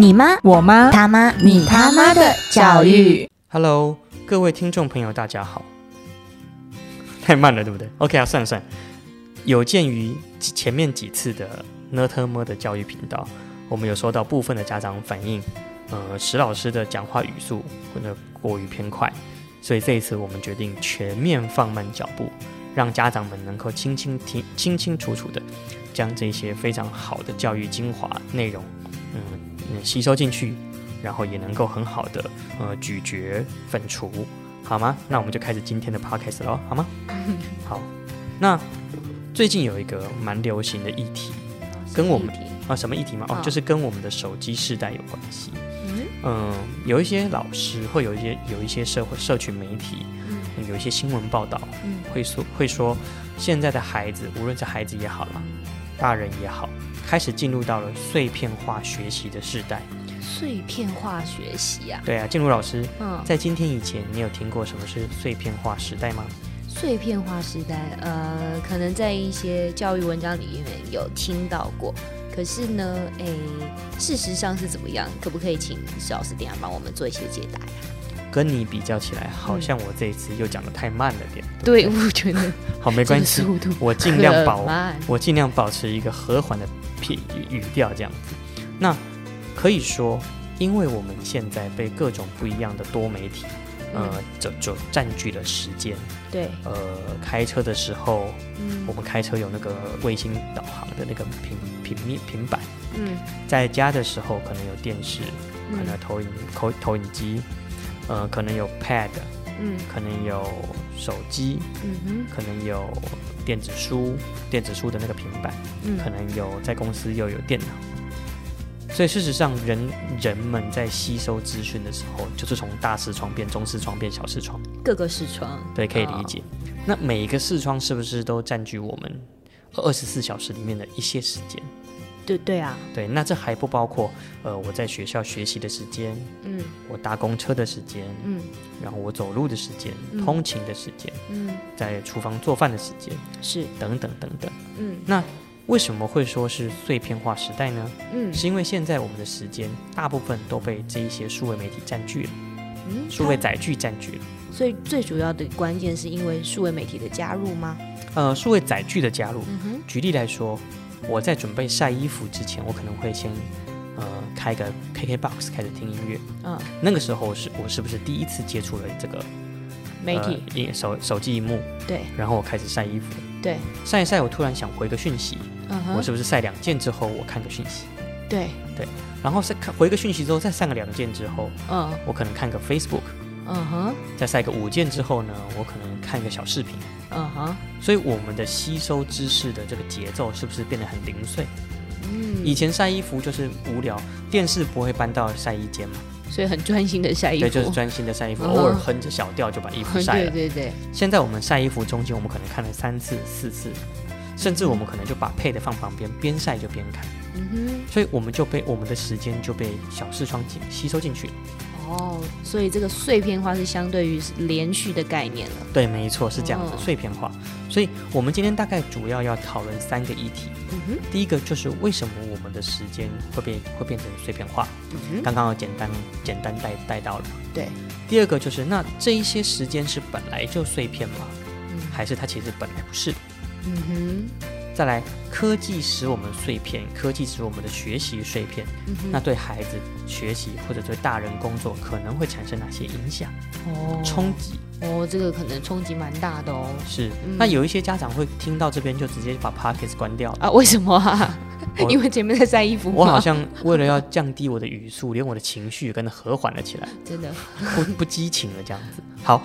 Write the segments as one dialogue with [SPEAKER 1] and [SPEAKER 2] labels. [SPEAKER 1] 你妈、
[SPEAKER 2] 我妈、
[SPEAKER 1] 他妈、你他妈的教育。
[SPEAKER 3] Hello，各位听众朋友，大家好。 太慢了，对不对？OK 啊，算了算了。有鉴于前面几次的呢特么的教育频道，我们有收到部分的家长反映，呃，石老师的讲话语速或者过于偏快，所以这一次我们决定全面放慢脚步，让家长们能够清清听、清清楚楚的将这些非常好的教育精华内容，嗯，嗯吸收进去，然后也能够很好的呃咀嚼、粉除，好吗？那我们就开始今天的 podcast 喽，好吗？好，那最近有一个蛮流行的议题跟我们啊，什么议题吗？哦
[SPEAKER 2] 哦，
[SPEAKER 3] 就是跟我们的手机世代有关系。
[SPEAKER 2] 嗯
[SPEAKER 3] 嗯，有一些老师会有一些有一些社会社群媒体，有一些新闻报道
[SPEAKER 2] 嗯
[SPEAKER 3] 会说会说，现在的孩子，无论是孩子也好
[SPEAKER 2] 嗯
[SPEAKER 3] 啦，大人也好，开始进入到了碎片化学习的时代。
[SPEAKER 2] 碎片化学习啊，
[SPEAKER 3] 对啊，静茹老师，
[SPEAKER 2] 嗯，
[SPEAKER 3] 在今天以前，你有听过什么是碎片化时代吗？
[SPEAKER 2] 碎片化时代，呃，可能在一些教育文章里面有听到过，可是呢，诶，事实上是怎么样？可不可以请石老师等一下帮我们做一些解答呀？
[SPEAKER 3] 跟你比较起来，好像我这一次又讲的太慢了点。
[SPEAKER 2] 嗯对，我觉得
[SPEAKER 3] 好，没
[SPEAKER 2] 没
[SPEAKER 3] 关系，
[SPEAKER 2] 速度
[SPEAKER 3] 我尽量把
[SPEAKER 2] 很
[SPEAKER 3] 握。
[SPEAKER 2] 慢
[SPEAKER 3] 我尽量保持一个和缓的语语调这样子。那可以说，因为我们现在被各种不一样的多媒体，呃
[SPEAKER 2] 嗯，
[SPEAKER 3] 就就占据了时间。
[SPEAKER 2] 对，
[SPEAKER 3] 呃，开车的时候，
[SPEAKER 2] 嗯
[SPEAKER 3] 我们开车有那个卫星导航的那个平平面平板，
[SPEAKER 2] 嗯
[SPEAKER 3] 在家的时候可能有电视，可能有
[SPEAKER 2] 嗯
[SPEAKER 3] 投影投投影机，呃，可能有 Pad，
[SPEAKER 2] 嗯
[SPEAKER 3] 可能有手机，
[SPEAKER 2] 嗯
[SPEAKER 3] 可能有电子书，电子书的那个平板。
[SPEAKER 2] 嗯
[SPEAKER 3] 可能有在公司又有电脑，所以事实上人人们在吸收资讯的时候，就是从大视窗变中视窗变小视窗，
[SPEAKER 2] 各个视窗，哦
[SPEAKER 3] 对，可以理解。
[SPEAKER 2] 啊
[SPEAKER 3] 那每一个视窗是不是都占据我们二十四小时里面的一些时间？
[SPEAKER 2] 对对啊，
[SPEAKER 3] 对，那这还不包括呃我在学校学习的时间，
[SPEAKER 2] 嗯
[SPEAKER 3] 我搭公车的时间，
[SPEAKER 2] 嗯
[SPEAKER 3] 然后我走路的时间，
[SPEAKER 2] 嗯
[SPEAKER 3] 通勤的时间，
[SPEAKER 2] 嗯，
[SPEAKER 3] 在厨房做饭的时间，
[SPEAKER 2] 是，
[SPEAKER 3] 等等等等。
[SPEAKER 2] 嗯
[SPEAKER 3] 那为什么会说是碎片化时代呢？
[SPEAKER 2] 嗯
[SPEAKER 3] 是因为现在我们的时间大部分都被这一些数位媒体占据了，
[SPEAKER 2] 嗯
[SPEAKER 3] 数位载具占据了。
[SPEAKER 2] 所以最主要的关键是因为数位媒体的加入吗？
[SPEAKER 3] 呃，数位载具的加入，
[SPEAKER 2] 嗯哼，
[SPEAKER 3] 举例来说，我在准备晒衣服之前，我可能会先呃开个 KKBOX 开始听音乐。
[SPEAKER 2] 嗯，
[SPEAKER 3] 那个时候是我是不是第一次接触了这个
[SPEAKER 2] 媒体，
[SPEAKER 3] 呃一手手机荧幕，
[SPEAKER 2] 对
[SPEAKER 3] 然后我开始晒衣服，
[SPEAKER 2] 对，
[SPEAKER 3] 晒一晒，我突然想回个讯息，
[SPEAKER 2] 嗯
[SPEAKER 3] 我
[SPEAKER 2] 哼，
[SPEAKER 3] 是不是晒两件之后我看个讯息，
[SPEAKER 2] 对，
[SPEAKER 3] 然后再看回个讯息之后再上个两件之后，
[SPEAKER 2] 嗯
[SPEAKER 3] 我可能看个 Facebook。
[SPEAKER 2] 嗯哼，
[SPEAKER 3] 再晒个五件之后呢，我可能看一个小视频。
[SPEAKER 2] 嗯哼，
[SPEAKER 3] 所以我们的吸收知识的这个节奏是不是变得很零碎？以
[SPEAKER 2] 嗯，
[SPEAKER 3] 前晒衣服就是无聊，电视不会搬到晒衣间嘛，
[SPEAKER 2] 所以很专心的晒衣服，
[SPEAKER 3] 对，就是专心的晒衣服，
[SPEAKER 2] 嗯
[SPEAKER 3] 偶尔哼着小调就把衣服晒
[SPEAKER 2] 对
[SPEAKER 3] 了。
[SPEAKER 2] 对对，
[SPEAKER 3] 现在我们晒衣服中间，我们可能看了三次、四次，甚至我们可能就把配的放旁边，边晒就边看，
[SPEAKER 2] 嗯
[SPEAKER 3] 所以我们就被我们的时间就被小视窗进吸收进去了。
[SPEAKER 2] 哼，哦，所以这个碎片化是相对于连续的概念了，
[SPEAKER 3] 对，没错，是这样子，
[SPEAKER 2] 哦
[SPEAKER 3] 碎片化。所以我们今天大概主要要讨论三个议题。
[SPEAKER 2] 嗯哼，
[SPEAKER 3] 第一个就是为什么我们的时间会变会变成碎片化？
[SPEAKER 2] 嗯哼，
[SPEAKER 3] 刚刚有简单简单带带到了。
[SPEAKER 2] 对，
[SPEAKER 3] 第二个就是那这一些时间是本来就碎片吗？
[SPEAKER 2] 嗯
[SPEAKER 3] 还是它其实本来不是？
[SPEAKER 2] 嗯
[SPEAKER 3] 再来，科技使我们碎片，科技使我们的学习碎片，
[SPEAKER 2] 哼，嗯哼，
[SPEAKER 3] 那对孩子学习或者对大人工作可能会产生哪些影响、
[SPEAKER 2] 哦
[SPEAKER 3] 冲击？
[SPEAKER 2] 哦，这个可能冲击蛮大的哦，
[SPEAKER 3] 是
[SPEAKER 2] 嗯，
[SPEAKER 3] 那有一些家长会听到这边就直接把 Pockets 关掉了。
[SPEAKER 2] 啊，为什么啊？
[SPEAKER 3] 我
[SPEAKER 2] 因为前面在晒衣服吗，
[SPEAKER 3] 我好像为了要降低我的语速，连我的情绪也跟着和缓了起来。
[SPEAKER 2] 真的，
[SPEAKER 3] 不不激情了这样子。好，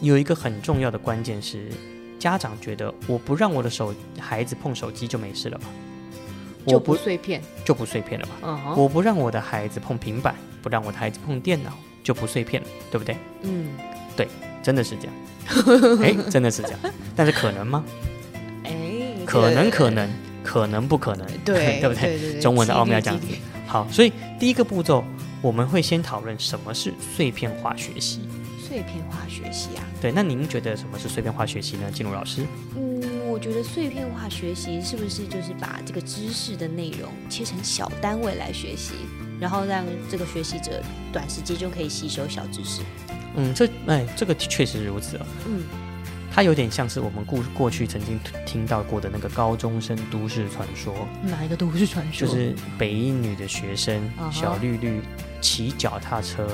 [SPEAKER 3] 有一个很重要的关键是，家长觉得我不让我的手孩子碰手机就没事了吧？我
[SPEAKER 2] 就不
[SPEAKER 3] 不
[SPEAKER 2] 碎片，
[SPEAKER 3] 就不碎片了吧？
[SPEAKER 2] 嗯哼，
[SPEAKER 3] 我不让我的孩子碰平板，不让我的孩子碰电脑，就不碎片了，对不对？
[SPEAKER 2] 嗯，
[SPEAKER 3] 真的是这样，哎，真的是这样。但是可能吗？
[SPEAKER 2] 哎，这
[SPEAKER 3] 可
[SPEAKER 2] 个
[SPEAKER 3] 能，可能，可能不可能？
[SPEAKER 2] 对
[SPEAKER 3] 对不对？
[SPEAKER 2] 对对
[SPEAKER 3] 中文的奥妙这
[SPEAKER 2] 几率
[SPEAKER 3] 样
[SPEAKER 2] 几
[SPEAKER 3] 子
[SPEAKER 2] 率。
[SPEAKER 3] 好，所以第一个步骤，我们会先讨论什么是碎片化学习。
[SPEAKER 2] 碎片化学习啊，
[SPEAKER 3] 对，那您觉得什么是碎片化学习呢？静茹老师？
[SPEAKER 2] 嗯，我觉得碎片化学习是不是就是把这个知识的内容切成小单位来学习？然后让这个学习者短时间就可以吸收小知识。
[SPEAKER 3] 嗯，这哎，这个确实如此哦。
[SPEAKER 2] 嗯，
[SPEAKER 3] 它有点像是我们过过去曾经听到过的那个高中生都市传说，
[SPEAKER 2] 哪一个都市传
[SPEAKER 3] 就
[SPEAKER 2] 说？
[SPEAKER 3] 是北一女的学生
[SPEAKER 2] 啊哈
[SPEAKER 3] 小绿绿骑脚踏车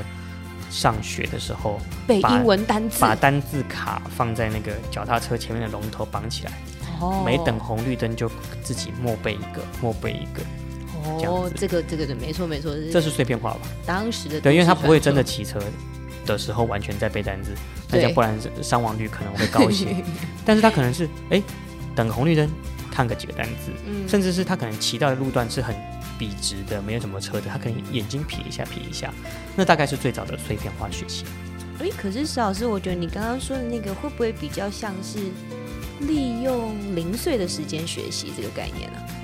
[SPEAKER 3] 上学的时候，
[SPEAKER 2] 北
[SPEAKER 3] 把
[SPEAKER 2] 英文单字
[SPEAKER 3] 把单字卡放在那个脚踏车前面的龙头绑起来，
[SPEAKER 2] 哦，
[SPEAKER 3] 每等红绿灯就自己默背一个，默背一个。这样
[SPEAKER 2] 哦
[SPEAKER 3] 子，
[SPEAKER 2] 这个这个对，没错没错，
[SPEAKER 3] 这
[SPEAKER 2] 这是
[SPEAKER 3] 是碎片化吧？
[SPEAKER 2] 当时的
[SPEAKER 3] 对，因为他不会
[SPEAKER 2] 都
[SPEAKER 3] 真的
[SPEAKER 2] 市传
[SPEAKER 3] 骑车的时候完全在背单字，大
[SPEAKER 2] 对
[SPEAKER 3] 家不然伤亡率可能会高一些。 但是他可能是哎、等红绿灯看个几个单字，
[SPEAKER 2] 嗯
[SPEAKER 3] 甚至是他可能骑到的路段是很笔直的，没有什么车的，他可能眼睛瞥一下瞥一下，那大概是最早的碎片化学习。
[SPEAKER 2] 诶，可是石老师，我觉得你刚刚说的那个会不会比较像是利用零碎的时间学习这个概念啊 呢、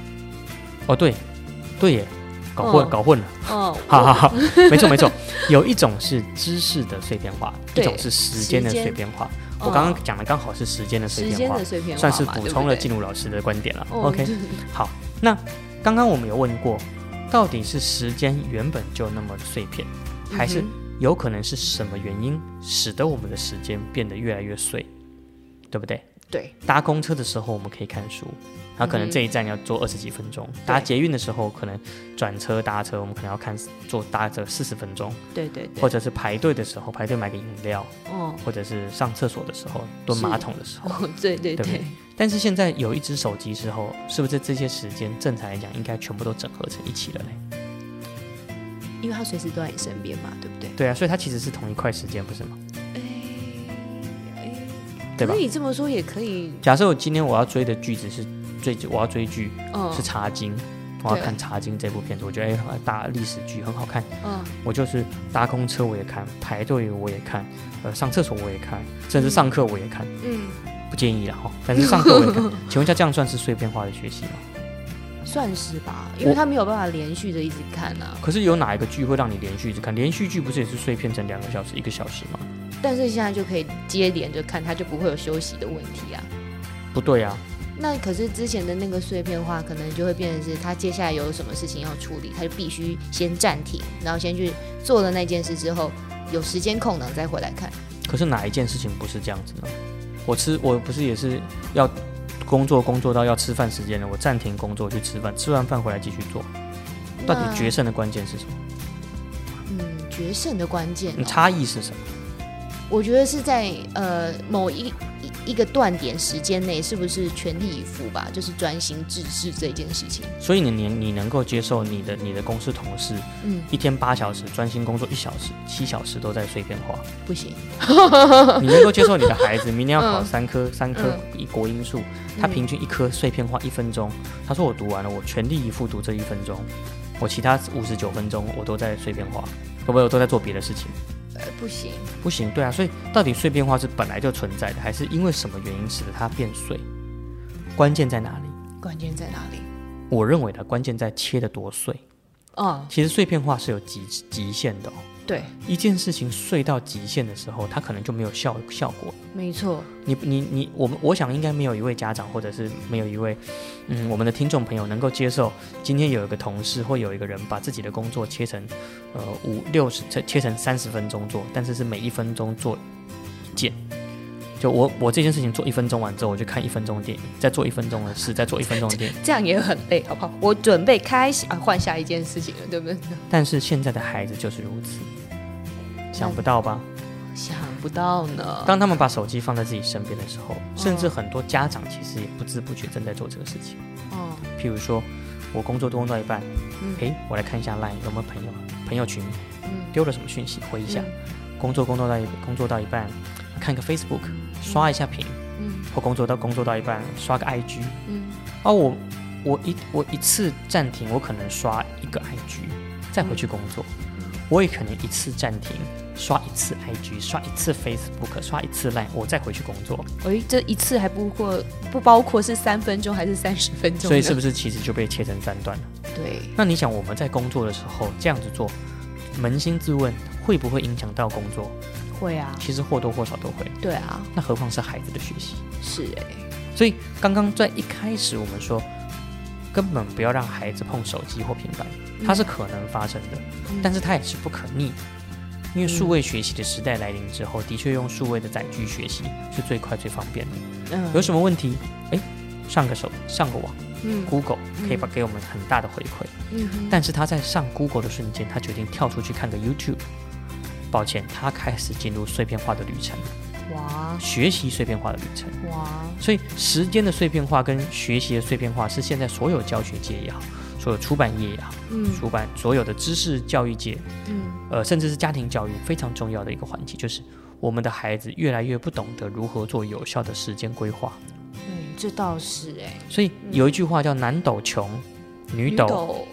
[SPEAKER 3] 哦，对，对耶，搞混、
[SPEAKER 2] 哦
[SPEAKER 3] 搞混了，
[SPEAKER 2] 哦，
[SPEAKER 3] 哈哈哈，没错没错，有一种是知识的碎片化，一
[SPEAKER 2] 对
[SPEAKER 3] 种是时间的
[SPEAKER 2] 时间
[SPEAKER 3] 碎片化。
[SPEAKER 2] 嗯
[SPEAKER 3] 我刚刚讲的刚好是时间的碎
[SPEAKER 2] 时
[SPEAKER 3] 片
[SPEAKER 2] 间
[SPEAKER 3] 化
[SPEAKER 2] 的，碎片化
[SPEAKER 3] 算
[SPEAKER 2] 嘛，
[SPEAKER 3] 是补充了
[SPEAKER 2] 对
[SPEAKER 3] 静茹老师的观点了。
[SPEAKER 2] 不对哦
[SPEAKER 3] OK，
[SPEAKER 2] 对
[SPEAKER 3] 好，那刚刚我们有问过，到底是时间原本就那么碎片，还是
[SPEAKER 2] 嗯
[SPEAKER 3] 有可能是什么原因使得我们的时间变得越来越碎，对不对？
[SPEAKER 2] 对，
[SPEAKER 3] 搭公车的时候我们可以看书，然后可能
[SPEAKER 2] 嗯哼
[SPEAKER 3] 这一站要坐二十几分钟；搭捷运的时候，可能转车搭车，我们可能要看坐搭着四十分钟，
[SPEAKER 2] 对对对，
[SPEAKER 3] 或者是排队的时候排队买个饮料，
[SPEAKER 2] 哦
[SPEAKER 3] 或者是上厕所的时候蹲马桶的时候。
[SPEAKER 2] 哦，对对
[SPEAKER 3] 对不对
[SPEAKER 2] 对，
[SPEAKER 3] 但是现在有一只手机之后，是不是这些时间正常来讲应该全部都整合成一起了嘞？
[SPEAKER 2] 因为他随时都在你身边嘛，对不对？
[SPEAKER 3] 对啊，所以它其实是同一块时间，不是吗？对吧
[SPEAKER 2] 可？以这么说，也可以，
[SPEAKER 3] 假设我今天我要追的剧只是追，我要追剧
[SPEAKER 2] 嗯
[SPEAKER 3] 是《茶经》，我要
[SPEAKER 2] 对
[SPEAKER 3] 看《茶经》这部片子，我觉得哎、大历史剧很好看，
[SPEAKER 2] 嗯，
[SPEAKER 3] 我就是搭公车我也看，排队我也看，呃，上厕所我也看，甚至上课我也看，
[SPEAKER 2] 嗯，
[SPEAKER 3] 不建议了哈。但是上课我也看，请问一下，这样算是碎片化的学习吗？
[SPEAKER 2] 算是吧，因为他没有办法连续的一直看啊。
[SPEAKER 3] 可是有哪一个剧会让你连续一直看？连续剧不是也是碎片成两个小时、一个小时吗？
[SPEAKER 2] 但是现在就可以接连着看，它就不会有休息的问题啊。
[SPEAKER 3] 不对啊，
[SPEAKER 2] 那可是之前的那个碎片化，可能就会变成是他接下来有什么事情要处理，他就必须先暂停，然后先去做了那件事之后，有时间空档再回来看。
[SPEAKER 3] 可是哪一件事情不是这样子呢？我吃我不是也是要工作工作到要吃饭时间了，我暂停工作去吃饭，吃完饭回来继续做。到
[SPEAKER 2] 那
[SPEAKER 3] 底决胜的关键是什么？
[SPEAKER 2] 嗯决胜的关键、
[SPEAKER 3] 嗯
[SPEAKER 2] 哦，
[SPEAKER 3] 差异是什么？
[SPEAKER 2] 我觉得是在呃某一一一个断点时间内，是不是全力以赴吧？就是专心致志这件事情。
[SPEAKER 3] 所以你你你能够接受你的你的公司同事
[SPEAKER 2] 嗯，
[SPEAKER 3] 一天八小时专心工作一小时七小时都在碎片化，
[SPEAKER 2] 不行，
[SPEAKER 3] 你能够接受你的孩子明天要考三科三科
[SPEAKER 2] 嗯
[SPEAKER 3] 一国英数，他平均一科碎片化一分钟，他说我读完了，我全力以赴读这一分钟，我其他五十九分钟我都在碎片化，可不可以我都在做别的事情？
[SPEAKER 2] 呃，不行。
[SPEAKER 3] 不行，对啊，所以到底碎片化是本来就存在的，还是因为什么原因使得它变碎？关键在哪里？
[SPEAKER 2] 关键在哪里？
[SPEAKER 3] 我认为的关键在切得多碎。
[SPEAKER 2] 哦，
[SPEAKER 3] 其实碎片化是有极极限的、哦，
[SPEAKER 2] 对，
[SPEAKER 3] 一件事情碎到极限的时候，它可能就没有效效果了。
[SPEAKER 2] 没错，
[SPEAKER 3] 你你你，我们我想应该没有一位家长，或者是没有一位，嗯，我们的听众朋友能够接受，今天有一个同事或有一个人把自己的工作切成，呃，五六十切切成三十分钟做，但是是每一分钟做一件。就我我这件事情做一分钟完之后，我就看一分钟的电影，再做一分钟的事，再做一分钟的电 影。
[SPEAKER 2] 这样也很累，好不好？我准备开始啊，换下一件事情了，对不对？
[SPEAKER 3] 但是现在的孩子就是如此，想不到吧？
[SPEAKER 2] 想不到呢。
[SPEAKER 3] 当他们把手机放在自己身边的时候，甚至很多家长其实也不知不觉正在做这个事情。
[SPEAKER 2] 哦，
[SPEAKER 3] 譬如说，我工作都弄到一半，诶，我来看一下 LINE 有没有朋友朋友群
[SPEAKER 2] 嗯，
[SPEAKER 3] 丢了什么讯息，回一下。
[SPEAKER 2] 嗯
[SPEAKER 3] 工作工作到一工作到一半，看个 Facebook，刷一下屏，
[SPEAKER 2] 嗯
[SPEAKER 3] 或工作到工作到一半刷个 IG。
[SPEAKER 2] 嗯，
[SPEAKER 3] 哦，我我一我一次暂停，我可能刷一个 IG，再回去工作。
[SPEAKER 2] 嗯
[SPEAKER 3] 我也可能一次暂停，刷一次 IG，刷一次 Facebook，刷一次 LINE，我再回去工作。
[SPEAKER 2] 哎，这一次还不过不包括是三分钟还是三十分钟？
[SPEAKER 3] 所以是不
[SPEAKER 2] 是？
[SPEAKER 3] 是其实就被切成三段了？
[SPEAKER 2] 对，
[SPEAKER 3] 那你想，我们在工作的时候这样子做，扪心自问，会不会影响到工作？
[SPEAKER 2] 会啊，
[SPEAKER 3] 其实或多或少都会。
[SPEAKER 2] 对啊，
[SPEAKER 3] 那何况是孩子的学习？欸
[SPEAKER 2] 是哎，
[SPEAKER 3] 所以刚刚在一开始我们说，根本不要让孩子碰手机或平板，
[SPEAKER 2] 嗯
[SPEAKER 3] 它是可能发生的，但是它也是不可逆的。因为数位学习的时代来临之后，的确用数位的载具学习是最快最方便的。
[SPEAKER 2] 嗯
[SPEAKER 3] 有什么问题？哎，上个手上个网
[SPEAKER 2] 嗯
[SPEAKER 3] ，Google
[SPEAKER 2] 嗯
[SPEAKER 3] 可以把给我们很大的回馈。
[SPEAKER 2] 嗯哼
[SPEAKER 3] 但是他在上 Google 的瞬间，他决定跳出去看个 YouTube。抱歉，他开始进入碎片化的旅程，
[SPEAKER 2] 哇
[SPEAKER 3] 学习碎片化的旅程。
[SPEAKER 2] 哇
[SPEAKER 3] 所以，时间的碎片化跟学习的碎片化是现在所有教学界也好，所有出版业也好，
[SPEAKER 2] 嗯
[SPEAKER 3] 出版所有的知识教育界，
[SPEAKER 2] 嗯
[SPEAKER 3] 呃，甚至是家庭教育非常重要的一个环节，就是我们的孩子越来越不懂得如何做有效的时间规划。
[SPEAKER 2] 嗯，这倒是哎，
[SPEAKER 3] 所以有一句话叫“男抖穷，女抖
[SPEAKER 2] 抖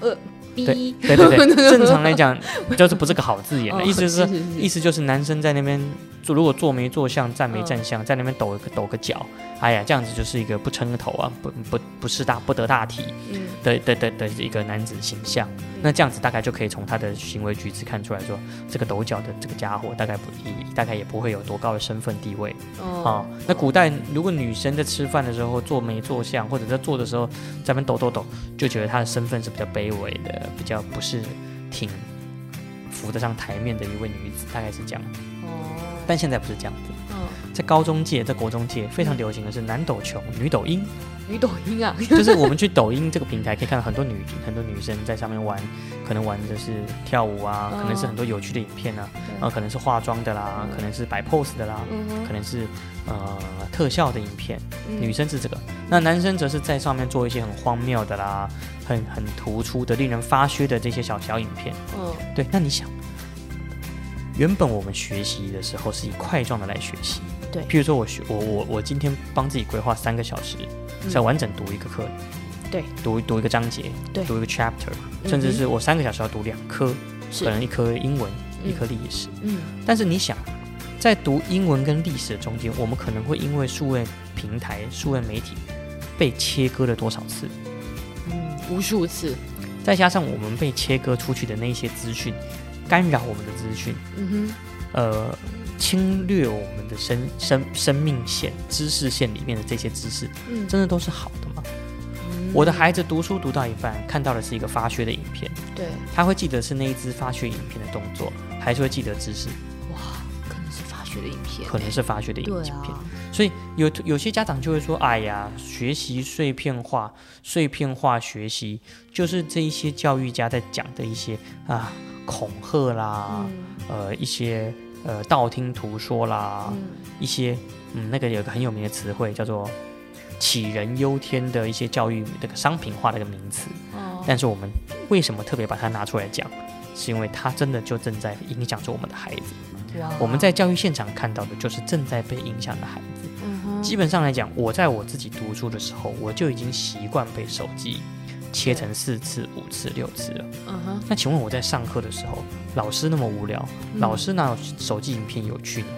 [SPEAKER 2] 呃
[SPEAKER 3] 对
[SPEAKER 2] 逼
[SPEAKER 3] 对对 对，正常来讲就是不是个好字眼
[SPEAKER 2] 哦
[SPEAKER 3] 的，意思是意
[SPEAKER 2] 思
[SPEAKER 3] 思就是男生在那边做，如果坐没坐相，站没站相，在那边抖个抖个脚，哎呀，这样子就是一个不撑个头啊，不不不是大不得大体
[SPEAKER 2] 嗯
[SPEAKER 3] 的的的的一个男子形象。那这样子大概就可以从他的行为举止看出来说，这个抖脚的这个家伙大概不大概也不会有多高的身份地位啊、
[SPEAKER 2] 哦
[SPEAKER 3] 那古代如果女生在吃饭的时候坐没坐相，或者在坐的时候在那边抖抖抖，就觉得她的身份是比较卑微的，比较不是挺扶得上台面的一位女子，大概是这样。
[SPEAKER 2] 哦
[SPEAKER 3] 但现在不是这样子，
[SPEAKER 2] 嗯
[SPEAKER 3] 在高中界，在国中界非常流行的是男抖穷，女抖音，
[SPEAKER 2] 女抖音啊
[SPEAKER 3] 就是我们去抖音这个平台可以看到很多女很多女生在上面玩，可能玩的是跳舞啊，可能是很多有趣的影片啊，啊、可能是化妆的啦，可能是摆 pose 的啦，
[SPEAKER 2] 嗯哼
[SPEAKER 3] 可能是呃特效的影片，
[SPEAKER 2] 嗯
[SPEAKER 3] 女生是这个，那男生则是在上面做一些很荒谬的啦，很很突出的、令人发噱的这些小小影片。
[SPEAKER 2] 嗯
[SPEAKER 3] 对，那你想，原本我们学习的时候是以块状的来学习，
[SPEAKER 2] 对
[SPEAKER 3] 譬如说我学我我我今天帮自己规划三个小时，是要完整读一个课，
[SPEAKER 2] 嗯对，
[SPEAKER 3] 读读一个章节，
[SPEAKER 2] 对嗯
[SPEAKER 3] 读一个 chapter，甚至是我三个小时要读两科，
[SPEAKER 2] 是
[SPEAKER 3] 可能一科英文，一
[SPEAKER 2] 嗯
[SPEAKER 3] 科历史。
[SPEAKER 2] 嗯
[SPEAKER 3] 但是你想，在读英文跟历史的中间，我们可能会因为数位平台、数位媒体被切割了多少次，
[SPEAKER 2] 嗯无数次
[SPEAKER 3] 再加上我们被切割出去的那些资讯，干扰我们的资讯，
[SPEAKER 2] 嗯
[SPEAKER 3] 呃，侵略我们的生生生命线、知识线里面的这些知识，
[SPEAKER 2] 哼嗯
[SPEAKER 3] 真的都是好的吗？我的孩子读书读到一半，看到的是一个发噱的影片，
[SPEAKER 2] 对
[SPEAKER 3] 他会记得是那一只发噱影片的动作，还是会记得知识，
[SPEAKER 2] 哇可能是发学的影片
[SPEAKER 3] 可能是发噱的影
[SPEAKER 2] 对
[SPEAKER 3] 片。
[SPEAKER 2] 啊
[SPEAKER 3] 所以有有些家长就会说：“哎呀，学习碎片化，碎片化学习就是这一些教育家在讲的一些啊恐吓啦，
[SPEAKER 2] 嗯
[SPEAKER 3] 呃一些呃道听途说啦，
[SPEAKER 2] 嗯
[SPEAKER 3] 一些嗯那个有个很有名的词汇叫做杞人忧天的一些教育那个商品化的一个名词。
[SPEAKER 2] 哦
[SPEAKER 3] 但是我们为什么特别把它拿出来讲？是因为它真的就正在影响着我们的孩子。
[SPEAKER 2] 哇
[SPEAKER 3] 我们在教育现场看到的就是正在被影响的孩子。
[SPEAKER 2] 嗯哼
[SPEAKER 3] 基本上来讲，我在我自己读书的时候，我就已经习惯被手机切成四次、五次、六次了。
[SPEAKER 2] 嗯哼
[SPEAKER 3] 那请问我在上课的时候，老师那么无聊，
[SPEAKER 2] 嗯
[SPEAKER 3] 老师哪有手机影片有趣呢？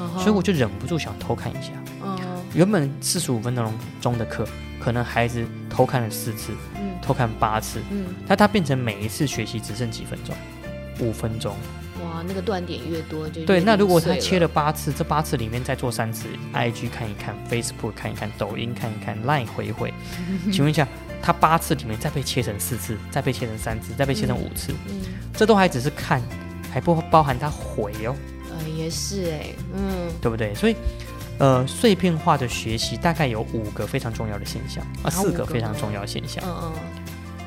[SPEAKER 2] 嗯哼
[SPEAKER 3] 所以我就忍不住想偷看一下。
[SPEAKER 2] 嗯
[SPEAKER 3] 原本四十五分钟钟的课，可能孩子偷看了四次，
[SPEAKER 2] 嗯
[SPEAKER 3] 偷看八次，
[SPEAKER 2] 嗯
[SPEAKER 3] 那他变成每一次学习只剩几分钟，五分钟。
[SPEAKER 2] 嗯哇那个断点越多就越
[SPEAKER 3] 对，那如果他
[SPEAKER 2] 零碎
[SPEAKER 3] 切了八次，这八次里面再做三次，IG 看一看，Facebook 看一看，抖音看一看，Line 回一回，请问一下，他八次里面再被切成四次，再被切成三次，再被切成五次，
[SPEAKER 2] 嗯
[SPEAKER 3] 这都还只是看，还不包含他回哦，
[SPEAKER 2] 呃也是哎嗯
[SPEAKER 3] 对不对？所以，呃，碎片化的学习大概有五个非常重要的现象，啊、
[SPEAKER 2] 哪
[SPEAKER 3] 四个
[SPEAKER 2] 五个
[SPEAKER 3] 非常
[SPEAKER 2] 呢
[SPEAKER 3] 重要的现象。
[SPEAKER 2] 嗯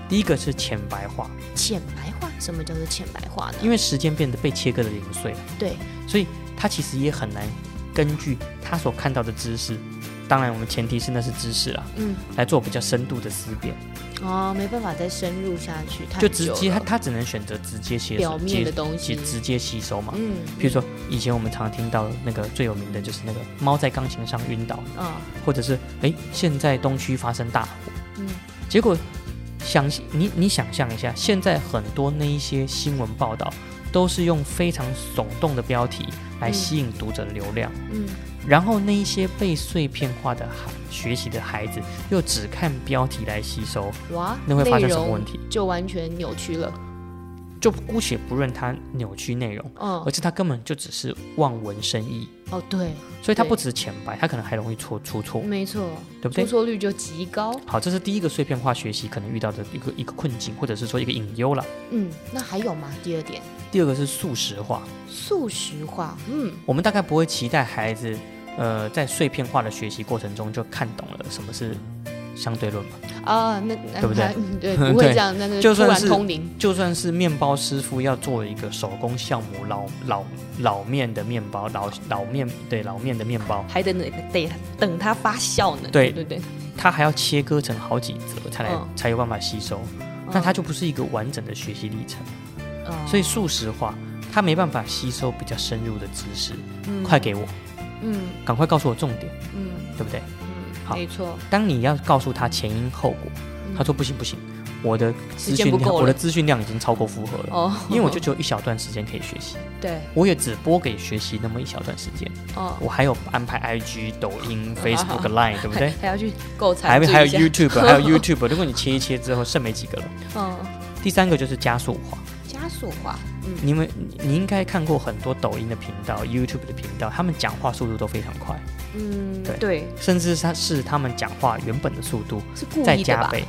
[SPEAKER 3] 第一个是浅白化，
[SPEAKER 2] 嗯浅白化什么叫做浅白化呢？
[SPEAKER 3] 因为时间变得被切割的零碎了。
[SPEAKER 2] 对
[SPEAKER 3] 所以他其实也很难根据他所看到的知识，当然我们前提是那是知识啦，
[SPEAKER 2] 嗯
[SPEAKER 3] 来做比较深度的思辨，
[SPEAKER 2] 哦没办法再深入下去太
[SPEAKER 3] 就直
[SPEAKER 2] 久
[SPEAKER 3] 接他
[SPEAKER 2] 了
[SPEAKER 3] 他只能选择直接吸收
[SPEAKER 2] 表面的东西
[SPEAKER 3] 接直接吸收嘛。
[SPEAKER 2] 嗯
[SPEAKER 3] 比如说以前我们常听到那个最有名的就是那个猫在钢琴上晕倒，
[SPEAKER 2] 啊
[SPEAKER 3] 或者是诶，现在东区发生大火，
[SPEAKER 2] 嗯
[SPEAKER 3] 结果想你你想象一下，现在很多那一些新闻报道都是用非常耸动的标题来
[SPEAKER 2] 嗯
[SPEAKER 3] 吸引读者的流量。
[SPEAKER 2] 嗯
[SPEAKER 3] 然后那一些被碎片化的孩学习的孩子，又只看标题来吸收，
[SPEAKER 2] 哇
[SPEAKER 3] 那会发生
[SPEAKER 2] 内
[SPEAKER 3] 什么
[SPEAKER 2] 容
[SPEAKER 3] 问题
[SPEAKER 2] 就完全扭曲了
[SPEAKER 3] 就姑且不论它扭曲内容，
[SPEAKER 2] 嗯
[SPEAKER 3] 而，是它根本就只是望文生义，
[SPEAKER 2] 哦，对，
[SPEAKER 3] 所以它不
[SPEAKER 2] 对
[SPEAKER 3] 只是浅白，它可能还容易出出错，
[SPEAKER 2] 没错，
[SPEAKER 3] 对不对
[SPEAKER 2] 出？错率就极高。
[SPEAKER 3] 好，这是第一个碎片化学习可能遇到的一个一个困境，或者是说一个隐忧了。
[SPEAKER 2] 嗯，那还有吗？第二点，
[SPEAKER 3] 第二个是速食化，
[SPEAKER 2] 速食化。嗯，
[SPEAKER 3] 我们大概不会期待孩子，呃，在碎片化的学习过程中就看懂了什么是相对论嘛。
[SPEAKER 2] 啊，那
[SPEAKER 3] 对
[SPEAKER 2] 对
[SPEAKER 3] 不对？
[SPEAKER 2] 嗯 对，不会
[SPEAKER 3] 对
[SPEAKER 2] 这样，那
[SPEAKER 3] 就
[SPEAKER 2] 就突
[SPEAKER 3] 算
[SPEAKER 2] 然
[SPEAKER 3] 是
[SPEAKER 2] 通灵。
[SPEAKER 3] 就算是面包师傅要做一个手工酵母老老老面的面包，老老面对老面的面包，
[SPEAKER 2] 还得得得等它发酵呢。
[SPEAKER 3] 对
[SPEAKER 2] 对对，
[SPEAKER 3] 它还要切割成好几折才来、
[SPEAKER 2] 嗯
[SPEAKER 3] 才有办法吸收，那它就不是一个完整的学习历程。
[SPEAKER 2] 嗯
[SPEAKER 3] 所以速食化，它没办法吸收比较深入的知识。
[SPEAKER 2] 嗯
[SPEAKER 3] 快给我，
[SPEAKER 2] 嗯
[SPEAKER 3] 赶快告诉我重点，
[SPEAKER 2] 嗯
[SPEAKER 3] 对不对？好
[SPEAKER 2] 嗯，没错，
[SPEAKER 3] 当你要告诉他前因后果，
[SPEAKER 2] 嗯
[SPEAKER 3] 他说不行不行，我的资
[SPEAKER 2] 时间
[SPEAKER 3] 讯
[SPEAKER 2] 不
[SPEAKER 3] 量，
[SPEAKER 2] 够
[SPEAKER 3] 我的
[SPEAKER 2] 了
[SPEAKER 3] 资讯量已经超过负荷了。
[SPEAKER 2] 哦，
[SPEAKER 3] 因为我就只有一小段时间可以学习，
[SPEAKER 2] 对
[SPEAKER 3] 我也只播给学习那么一小段时间，
[SPEAKER 2] 哦，
[SPEAKER 3] 我还有安排 IG、抖音、Facebook、Line，对不对？
[SPEAKER 2] 还要去购材，
[SPEAKER 3] 还有还有
[SPEAKER 2] YouTube，
[SPEAKER 3] YouTube，还有 YouTube，如果你切一切之后剩没几个了。
[SPEAKER 2] 嗯，
[SPEAKER 3] 第三个就是加速化，
[SPEAKER 2] 加速化，嗯，
[SPEAKER 3] 你们你你应该看过很多抖音的频道、YouTube 的频道，他们讲话速度都非常快，
[SPEAKER 2] 嗯
[SPEAKER 3] 对
[SPEAKER 2] 对，
[SPEAKER 3] 甚至是他是他们讲话原本的速度
[SPEAKER 2] 是故
[SPEAKER 3] 再
[SPEAKER 2] 意的
[SPEAKER 3] 加
[SPEAKER 2] 吧？
[SPEAKER 3] 倍，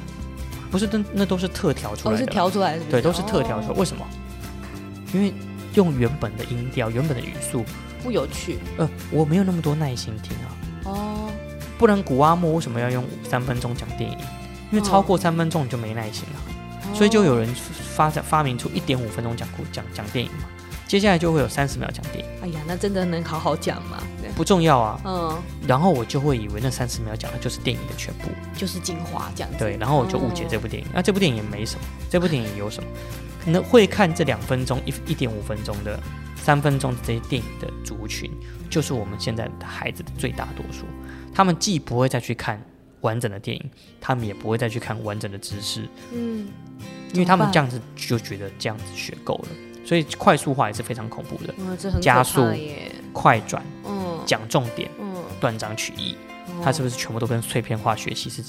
[SPEAKER 3] 不是那那都是特调出
[SPEAKER 2] 哦，
[SPEAKER 3] 来
[SPEAKER 2] 是
[SPEAKER 3] 的啦。
[SPEAKER 2] 调出来的，
[SPEAKER 3] 对，都是特调出来。
[SPEAKER 2] 哦
[SPEAKER 3] 为什么？因为用原本的音调、原本的语速，
[SPEAKER 2] 不有趣
[SPEAKER 3] 呃，我没有那么多耐心听啊。
[SPEAKER 2] 哦，
[SPEAKER 3] 不然古阿莫为什么要用三分钟讲电影？因为超过三分钟你就没耐心了、所以就有人发展发明出一点五分钟讲故讲讲电影嘛。接下来就会有三十秒讲电影，
[SPEAKER 2] 哎呀，那真的能好好讲吗？对
[SPEAKER 3] 不重要啊。
[SPEAKER 2] 嗯，
[SPEAKER 3] 然后我就会以为那三十秒讲的就是电影的全部，
[SPEAKER 2] 就是精华这样子。
[SPEAKER 3] 对，然后我就误
[SPEAKER 2] 哦
[SPEAKER 3] 解这部电影。那、这部电影也没什么，这部电影有什么？可能会看这两分钟一一点五分钟的三分钟这些电影的族群，就是我们现在的孩子的最大多数。他们既不会再去看完整的电影，他们也不会再去看完整的知识，
[SPEAKER 2] 嗯，
[SPEAKER 3] 因为他
[SPEAKER 2] 怎么
[SPEAKER 3] 们
[SPEAKER 2] 办
[SPEAKER 3] 这样子就觉得这样子学够了。所以快速化也是非常恐怖的，
[SPEAKER 2] 哇，这很可
[SPEAKER 3] 加速
[SPEAKER 2] 怕耶，
[SPEAKER 3] 快转、
[SPEAKER 2] 嗯，
[SPEAKER 3] 讲重点、
[SPEAKER 2] 嗯，
[SPEAKER 3] 断章取义，它是不
[SPEAKER 2] 是？
[SPEAKER 3] 是全部都跟碎片化学习是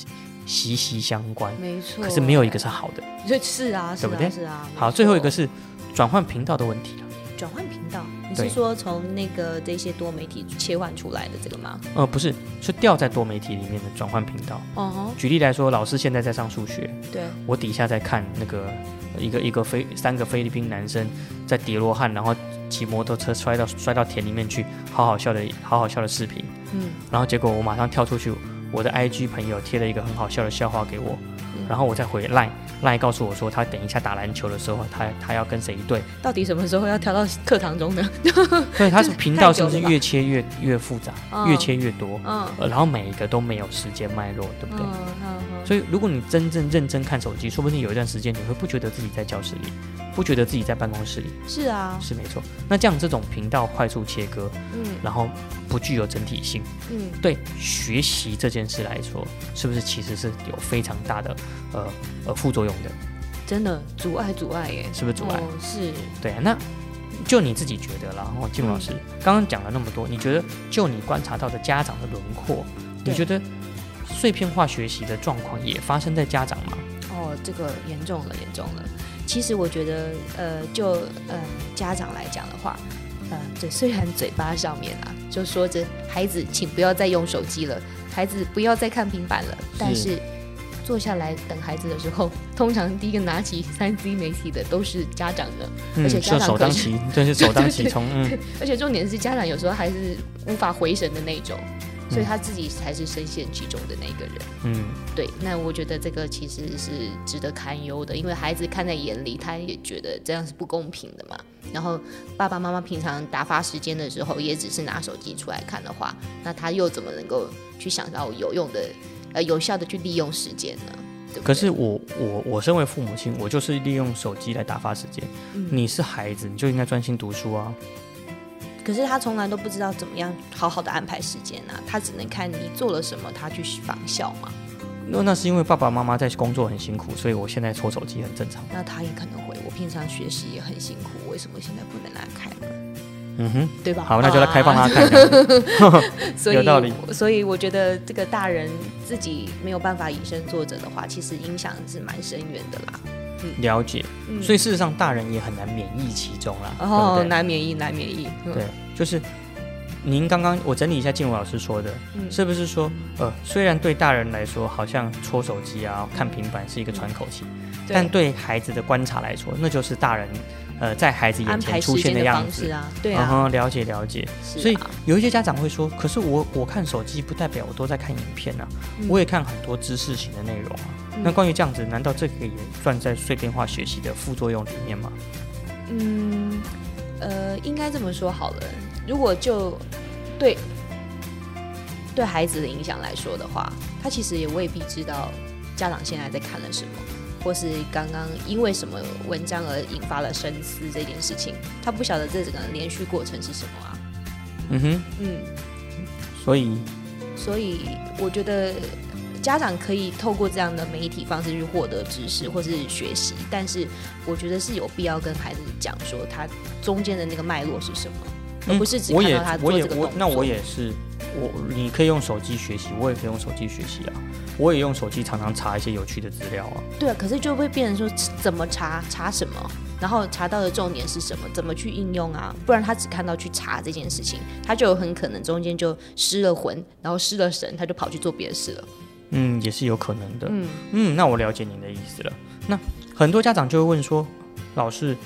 [SPEAKER 3] 息息相关？
[SPEAKER 2] 没错，
[SPEAKER 3] 可是没有一个是好的。
[SPEAKER 2] 所以是啊，是
[SPEAKER 3] 对不对
[SPEAKER 2] 啊，是啊。
[SPEAKER 3] 好，
[SPEAKER 2] 没错
[SPEAKER 3] 最后一个是转换频道的问题了。啊
[SPEAKER 2] 转换频道，你
[SPEAKER 3] 对
[SPEAKER 2] 是说从那个这些多媒体切换出来的这个吗？
[SPEAKER 3] 呃，不是，是掉在多媒体里面的转换频道。
[SPEAKER 2] 哦，
[SPEAKER 3] 举例来说，老师现在在上数学，
[SPEAKER 2] 对，
[SPEAKER 3] 我底下在看那个呃一个一个菲三个菲律宾男生在叠罗汉，然后骑摩托车摔到摔到田里面去，好好笑的好好笑的视频。
[SPEAKER 2] 嗯，
[SPEAKER 3] 然后结果我马上跳出去，我的 IG 朋友贴了一个很好笑的笑话给我，
[SPEAKER 2] 嗯
[SPEAKER 3] 然后我再回 Line Line 告诉我说，他等一下打篮球的时候，他他要跟谁一队，
[SPEAKER 2] 到底什么时候要调到课堂 中呢？
[SPEAKER 3] 所以他是频道是不是
[SPEAKER 2] 太久了吧
[SPEAKER 3] 越切越越复杂，
[SPEAKER 2] 嗯
[SPEAKER 3] 越切越多？
[SPEAKER 2] 嗯，
[SPEAKER 3] 呃，然后每一个都没有时间脉络，对不对？
[SPEAKER 2] 嗯嗯
[SPEAKER 3] 所以如果你真正认真看手机，说不定有一段时间你会不觉得自己在教室里，不觉得自己在办公室里，
[SPEAKER 2] 嗯，是啊，
[SPEAKER 3] 是没错。那这样这种频道快速切割，
[SPEAKER 2] 嗯
[SPEAKER 3] 然后不具有整体性，
[SPEAKER 2] 嗯，
[SPEAKER 3] 对学习这件事来说，是不是其实是有非常大的呃呃副作用的？
[SPEAKER 2] 真的阻碍阻碍耶，
[SPEAKER 3] 是不是阻碍？
[SPEAKER 2] 哦是，
[SPEAKER 3] 对啊，那就你自己觉得啦，哦，金老
[SPEAKER 2] 嗯
[SPEAKER 3] 师、刚刚讲了那么多，你觉得就你观察到的家长的轮廓，你
[SPEAKER 2] 对
[SPEAKER 3] 觉得碎片化学习的状况也发生在家长吗？
[SPEAKER 2] 哦，这个严重了，严重了。其实我觉得，呃，就呃家长来讲的话，呃，这虽然嘴巴上面啊就说着孩子，请不要再用手机了，孩子不要再看平板了，但是坐下来等孩子的时候，通常第一个拿起三 C 媒体的都是家长的，
[SPEAKER 3] 嗯，
[SPEAKER 2] 而且
[SPEAKER 3] 就
[SPEAKER 2] 家长
[SPEAKER 3] 首
[SPEAKER 2] 可
[SPEAKER 3] 当
[SPEAKER 2] 能
[SPEAKER 3] 其，真是首当 其冲，嗯，
[SPEAKER 2] 而且重点是家长有时候还是无法回神的那种，所以他自己才是深陷其中的那个人。
[SPEAKER 3] 嗯，
[SPEAKER 2] 对，那我觉得这个其实是值得堪忧的，因为孩子看在眼里，他也觉得这样是不公平的嘛。然后爸爸妈妈平常打发时间的时候，也只是拿手机出来看的话，那他又怎么能够去想到有用的、呃有效的去利用时间呢？对不对
[SPEAKER 3] 可是我我我身为父母亲，我就是利用手机来打发时间。
[SPEAKER 2] 嗯
[SPEAKER 3] 你是孩子，你就应该专心读书啊。
[SPEAKER 2] 可是他从来都不知道怎么样好好的安排时间啊，他只能看你做了什么，他去仿效嘛。
[SPEAKER 3] 那那是因为爸爸妈妈在工作很辛苦，所以我现在搓手机很正常。
[SPEAKER 2] 那他也可能会，我平常学习也很辛苦，为什么现在不能来开呢？
[SPEAKER 3] 嗯哼，
[SPEAKER 2] 对吧？
[SPEAKER 3] 好，那就来开放
[SPEAKER 2] 啊
[SPEAKER 3] 他看这 样子。
[SPEAKER 2] 所以
[SPEAKER 3] 有道理
[SPEAKER 2] 所以我觉得这个大人自己没有办法以身作则的话，其实影响是蛮深远的啦。
[SPEAKER 3] 了解，
[SPEAKER 4] 嗯
[SPEAKER 3] 所以事实上大人也很难免疫其中啦，对
[SPEAKER 4] 哦
[SPEAKER 3] 不，对？
[SPEAKER 4] 难免疫，难免疫，嗯
[SPEAKER 3] 对，就是您刚刚我整理一下静茹老师说的，
[SPEAKER 4] 嗯
[SPEAKER 3] 是不是说，呃，虽然对大人来说好像搓手机啊、看平板是一个喘口气，
[SPEAKER 2] 嗯
[SPEAKER 4] 对
[SPEAKER 3] 但对孩子的观察来说，那就是大人呃在孩子眼
[SPEAKER 2] 安
[SPEAKER 3] 前
[SPEAKER 2] 排
[SPEAKER 3] 出
[SPEAKER 2] 时
[SPEAKER 3] 现
[SPEAKER 2] 间的
[SPEAKER 3] 样
[SPEAKER 2] 方式
[SPEAKER 3] 子。
[SPEAKER 2] 啊，
[SPEAKER 4] 对
[SPEAKER 3] 嗯
[SPEAKER 4] 啊，
[SPEAKER 3] 哼，了解了解。
[SPEAKER 2] 是
[SPEAKER 3] 所以
[SPEAKER 2] 啊
[SPEAKER 3] 有一些家长会说，可是我我看手机不代表我都在看影片啊，
[SPEAKER 4] 嗯
[SPEAKER 3] 我也看很多知识型的内容啊。
[SPEAKER 2] 嗯
[SPEAKER 3] 那关于这样子，难道这个也算在碎片化学习的副作用里面吗？
[SPEAKER 4] 嗯，
[SPEAKER 2] 呃，应该这么说好了。如果就对对孩子的影响来说的话，他其实也未必知道家长现在在看了什么，或是刚刚因为什么文章而引发了深思这件事情，他不晓得这整个连续过程是什么啊。
[SPEAKER 3] 嗯哼，
[SPEAKER 2] 嗯，
[SPEAKER 3] 所以
[SPEAKER 2] 所以我觉得家长可以透过这样的媒体方式去获得知识或是学习，但是我觉得是有必要跟孩子讲说他中间的那个脉络是什么，而不是只
[SPEAKER 3] 嗯我
[SPEAKER 2] 看
[SPEAKER 3] 也
[SPEAKER 2] 到他
[SPEAKER 3] 我
[SPEAKER 2] 做
[SPEAKER 3] 也
[SPEAKER 2] 这个
[SPEAKER 3] 我
[SPEAKER 2] 动
[SPEAKER 3] 那我
[SPEAKER 2] 作
[SPEAKER 3] 也是我，你可以用手机学习，我也可以用手机学习啊，我也用手机常常查一些有趣的资料啊。
[SPEAKER 2] 对啊，可是就会变成说怎么查查什么，然后查到的重点是什么，怎么去应用啊？不然他只看到去查这件事情，他就有很可能中间就失了魂，然后失了神，他就跑去做别的事了。
[SPEAKER 3] 嗯，也是有可能的。
[SPEAKER 2] 嗯，
[SPEAKER 3] 嗯，那我了解您的意思了。那很多家长就会问说，老师，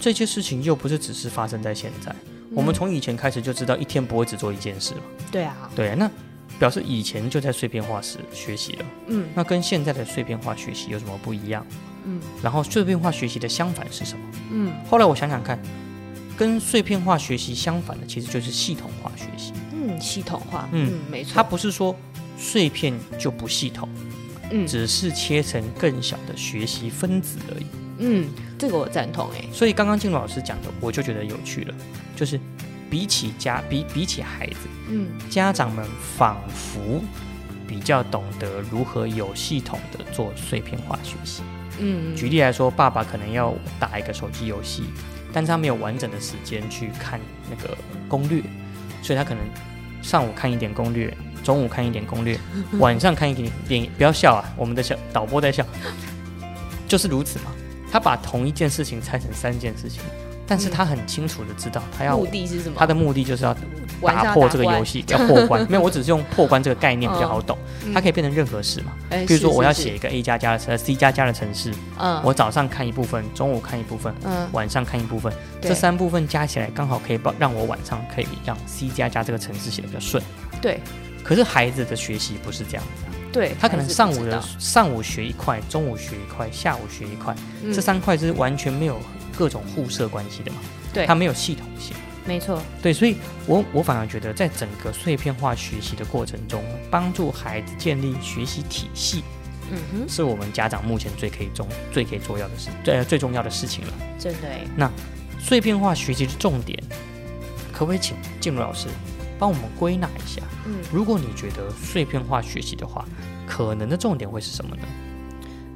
[SPEAKER 3] 这些事情又不是只是发生在现在，我
[SPEAKER 2] 嗯
[SPEAKER 3] 们从以前开始就知道一天不会只做一件事嘛。
[SPEAKER 2] 对啊，
[SPEAKER 3] 对啊，那表示以前就在碎片化时学习了。
[SPEAKER 2] 嗯，
[SPEAKER 3] 那跟现在的碎片化学习有什么不一样？
[SPEAKER 2] 嗯，
[SPEAKER 3] 然后碎片化学习的相反是什么？
[SPEAKER 2] 嗯，
[SPEAKER 3] 后来我想想看，跟碎片化学习相反的其实就是系统化学习。
[SPEAKER 2] 嗯，系统化，
[SPEAKER 3] 嗯
[SPEAKER 2] 嗯，没错，
[SPEAKER 3] 它不是说碎片就不系统，
[SPEAKER 2] 嗯
[SPEAKER 3] 只是切成更小的学习分子而已。
[SPEAKER 2] 嗯，这个我赞同哎、
[SPEAKER 3] 所以刚刚静茹老师讲的，我就觉得有趣了，就是比起家比比起孩子，
[SPEAKER 2] 嗯，
[SPEAKER 3] 家长们仿佛比较懂得如何有系统的做碎片化学习。
[SPEAKER 2] 嗯，
[SPEAKER 3] 举例来说，爸爸可能要打一个手机游戏，但是他没有完整的时间去看那个攻略，所以他可能上午看一点攻略，中午看一 点攻略，晚上看一点点。不要笑啊，我们的小导播 在笑，就是如此嘛。他把同一件事情拆成三件事情，但是他很清楚的知道他要
[SPEAKER 4] 目的是什么？
[SPEAKER 3] 他的目的就是要
[SPEAKER 2] 晚上
[SPEAKER 3] 打
[SPEAKER 2] 要
[SPEAKER 3] 破
[SPEAKER 2] 打
[SPEAKER 3] 这个
[SPEAKER 2] 怪
[SPEAKER 3] 游戏，要 破关。没有，我只是用破关这个概念比较好懂，
[SPEAKER 4] 嗯
[SPEAKER 3] 它可以变成任何事嘛。
[SPEAKER 4] 哎
[SPEAKER 3] 比如说，我要，
[SPEAKER 4] 是
[SPEAKER 3] 写
[SPEAKER 4] 是
[SPEAKER 3] 一个 A 加加的城 C 加加的城市，
[SPEAKER 4] 是嗯，
[SPEAKER 3] 我早上看一部分，中午看一部分，
[SPEAKER 4] 嗯
[SPEAKER 3] 晚上看一部分，
[SPEAKER 4] 对
[SPEAKER 3] 这三部分加起来刚好可以帮让我晚上可以让 C 加加这个城市写的比较顺。
[SPEAKER 4] 对
[SPEAKER 3] 可是孩子的学习不是这样子啊，
[SPEAKER 4] 对，
[SPEAKER 3] 他可
[SPEAKER 4] 嗯
[SPEAKER 3] 能
[SPEAKER 4] 还是不
[SPEAKER 3] 上
[SPEAKER 4] 知
[SPEAKER 3] 午的
[SPEAKER 4] 道
[SPEAKER 3] 上午学一块，中午学一块，下午学一块，
[SPEAKER 4] 嗯
[SPEAKER 3] 这三块是完全没有各种互射关系的嘛？
[SPEAKER 2] 嗯
[SPEAKER 4] 对
[SPEAKER 3] 它没有系统性。
[SPEAKER 4] 没错，
[SPEAKER 3] 对，所以我我反而觉得，在整个碎片化学习的过程中，帮助孩子建立学习体系，
[SPEAKER 2] 嗯哼，
[SPEAKER 3] 是我们家长目前最可以重、最可以做要的事，最、呃、最重要的事情了。
[SPEAKER 2] 真的哎、
[SPEAKER 3] 碎片化学习的重点，可不可以请静茹老师帮我们归纳一下？
[SPEAKER 2] 嗯，
[SPEAKER 3] 如果你觉得碎片化学习的话，可能的重点会是什么呢？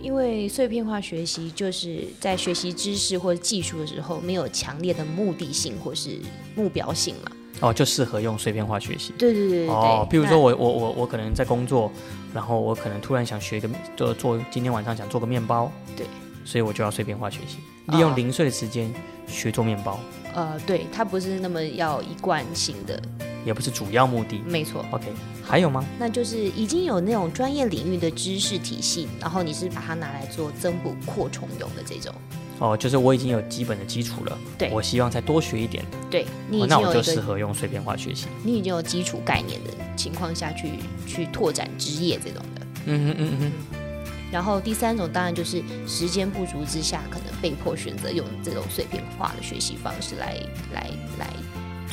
[SPEAKER 2] 因为碎片化学习就是在学习知识或者技术的时候，没有强烈的目的性或是目标性嘛。
[SPEAKER 3] 哦，就适合用碎片化学习。
[SPEAKER 2] 对对对对对。
[SPEAKER 3] 哦，比如
[SPEAKER 2] 那
[SPEAKER 3] 说我我我我可能在工作，然后我可能突然想学一个做做，今天晚上想做个面包，
[SPEAKER 2] 对，
[SPEAKER 3] 所以我就要碎片化学习，
[SPEAKER 2] 哦
[SPEAKER 3] 利用零碎的时间学做面包，
[SPEAKER 2] 呃，对，它不是那么要一贯性的，
[SPEAKER 3] 也不是主要目的。
[SPEAKER 2] 没错。
[SPEAKER 3] OK，还有吗？
[SPEAKER 2] 那就是已经有那种专业领域的知识体系，然后你是把它拿来做增补扩充用的这种。
[SPEAKER 3] 哦，就是我已经有基本的基础了，
[SPEAKER 2] 对
[SPEAKER 3] 我希望再多学一点，
[SPEAKER 2] 对你
[SPEAKER 3] 哦
[SPEAKER 2] 已
[SPEAKER 3] 那
[SPEAKER 2] 经有
[SPEAKER 3] 我就
[SPEAKER 2] 一
[SPEAKER 3] 适
[SPEAKER 2] 个，嗯
[SPEAKER 3] 合用碎片化学习。
[SPEAKER 2] 你已经有基础概念的情况下去去拓展职业这种的。
[SPEAKER 3] 嗯哼嗯哼嗯哼，
[SPEAKER 2] 然后第三种当然就是时间不足之下，可能被迫选择用这种碎片化的学习方式来来来，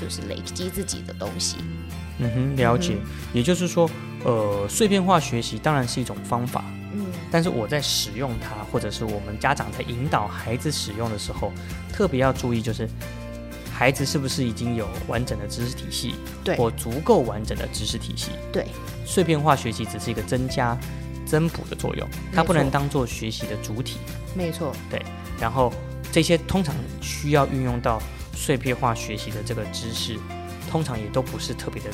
[SPEAKER 2] 就是累积自己的东西。
[SPEAKER 3] 嗯哼，了解。
[SPEAKER 2] 嗯
[SPEAKER 3] 也就是说，呃，碎片化学习当然是一种方法，
[SPEAKER 2] 嗯，
[SPEAKER 3] 但是我在使用它，或者是我们家长在引导孩子使用的时候，特别要注意，就是孩子是不是已经有完整的知识体系，
[SPEAKER 2] 对
[SPEAKER 3] 或足够完整的知识体系。
[SPEAKER 2] 对，
[SPEAKER 3] 碎片化学习只是一个增加、增补的作用，它不能当做学习的主体。
[SPEAKER 2] 没错。
[SPEAKER 3] 然后这些通常需要运用到碎片化学习的这个知识，通常也都不是特别的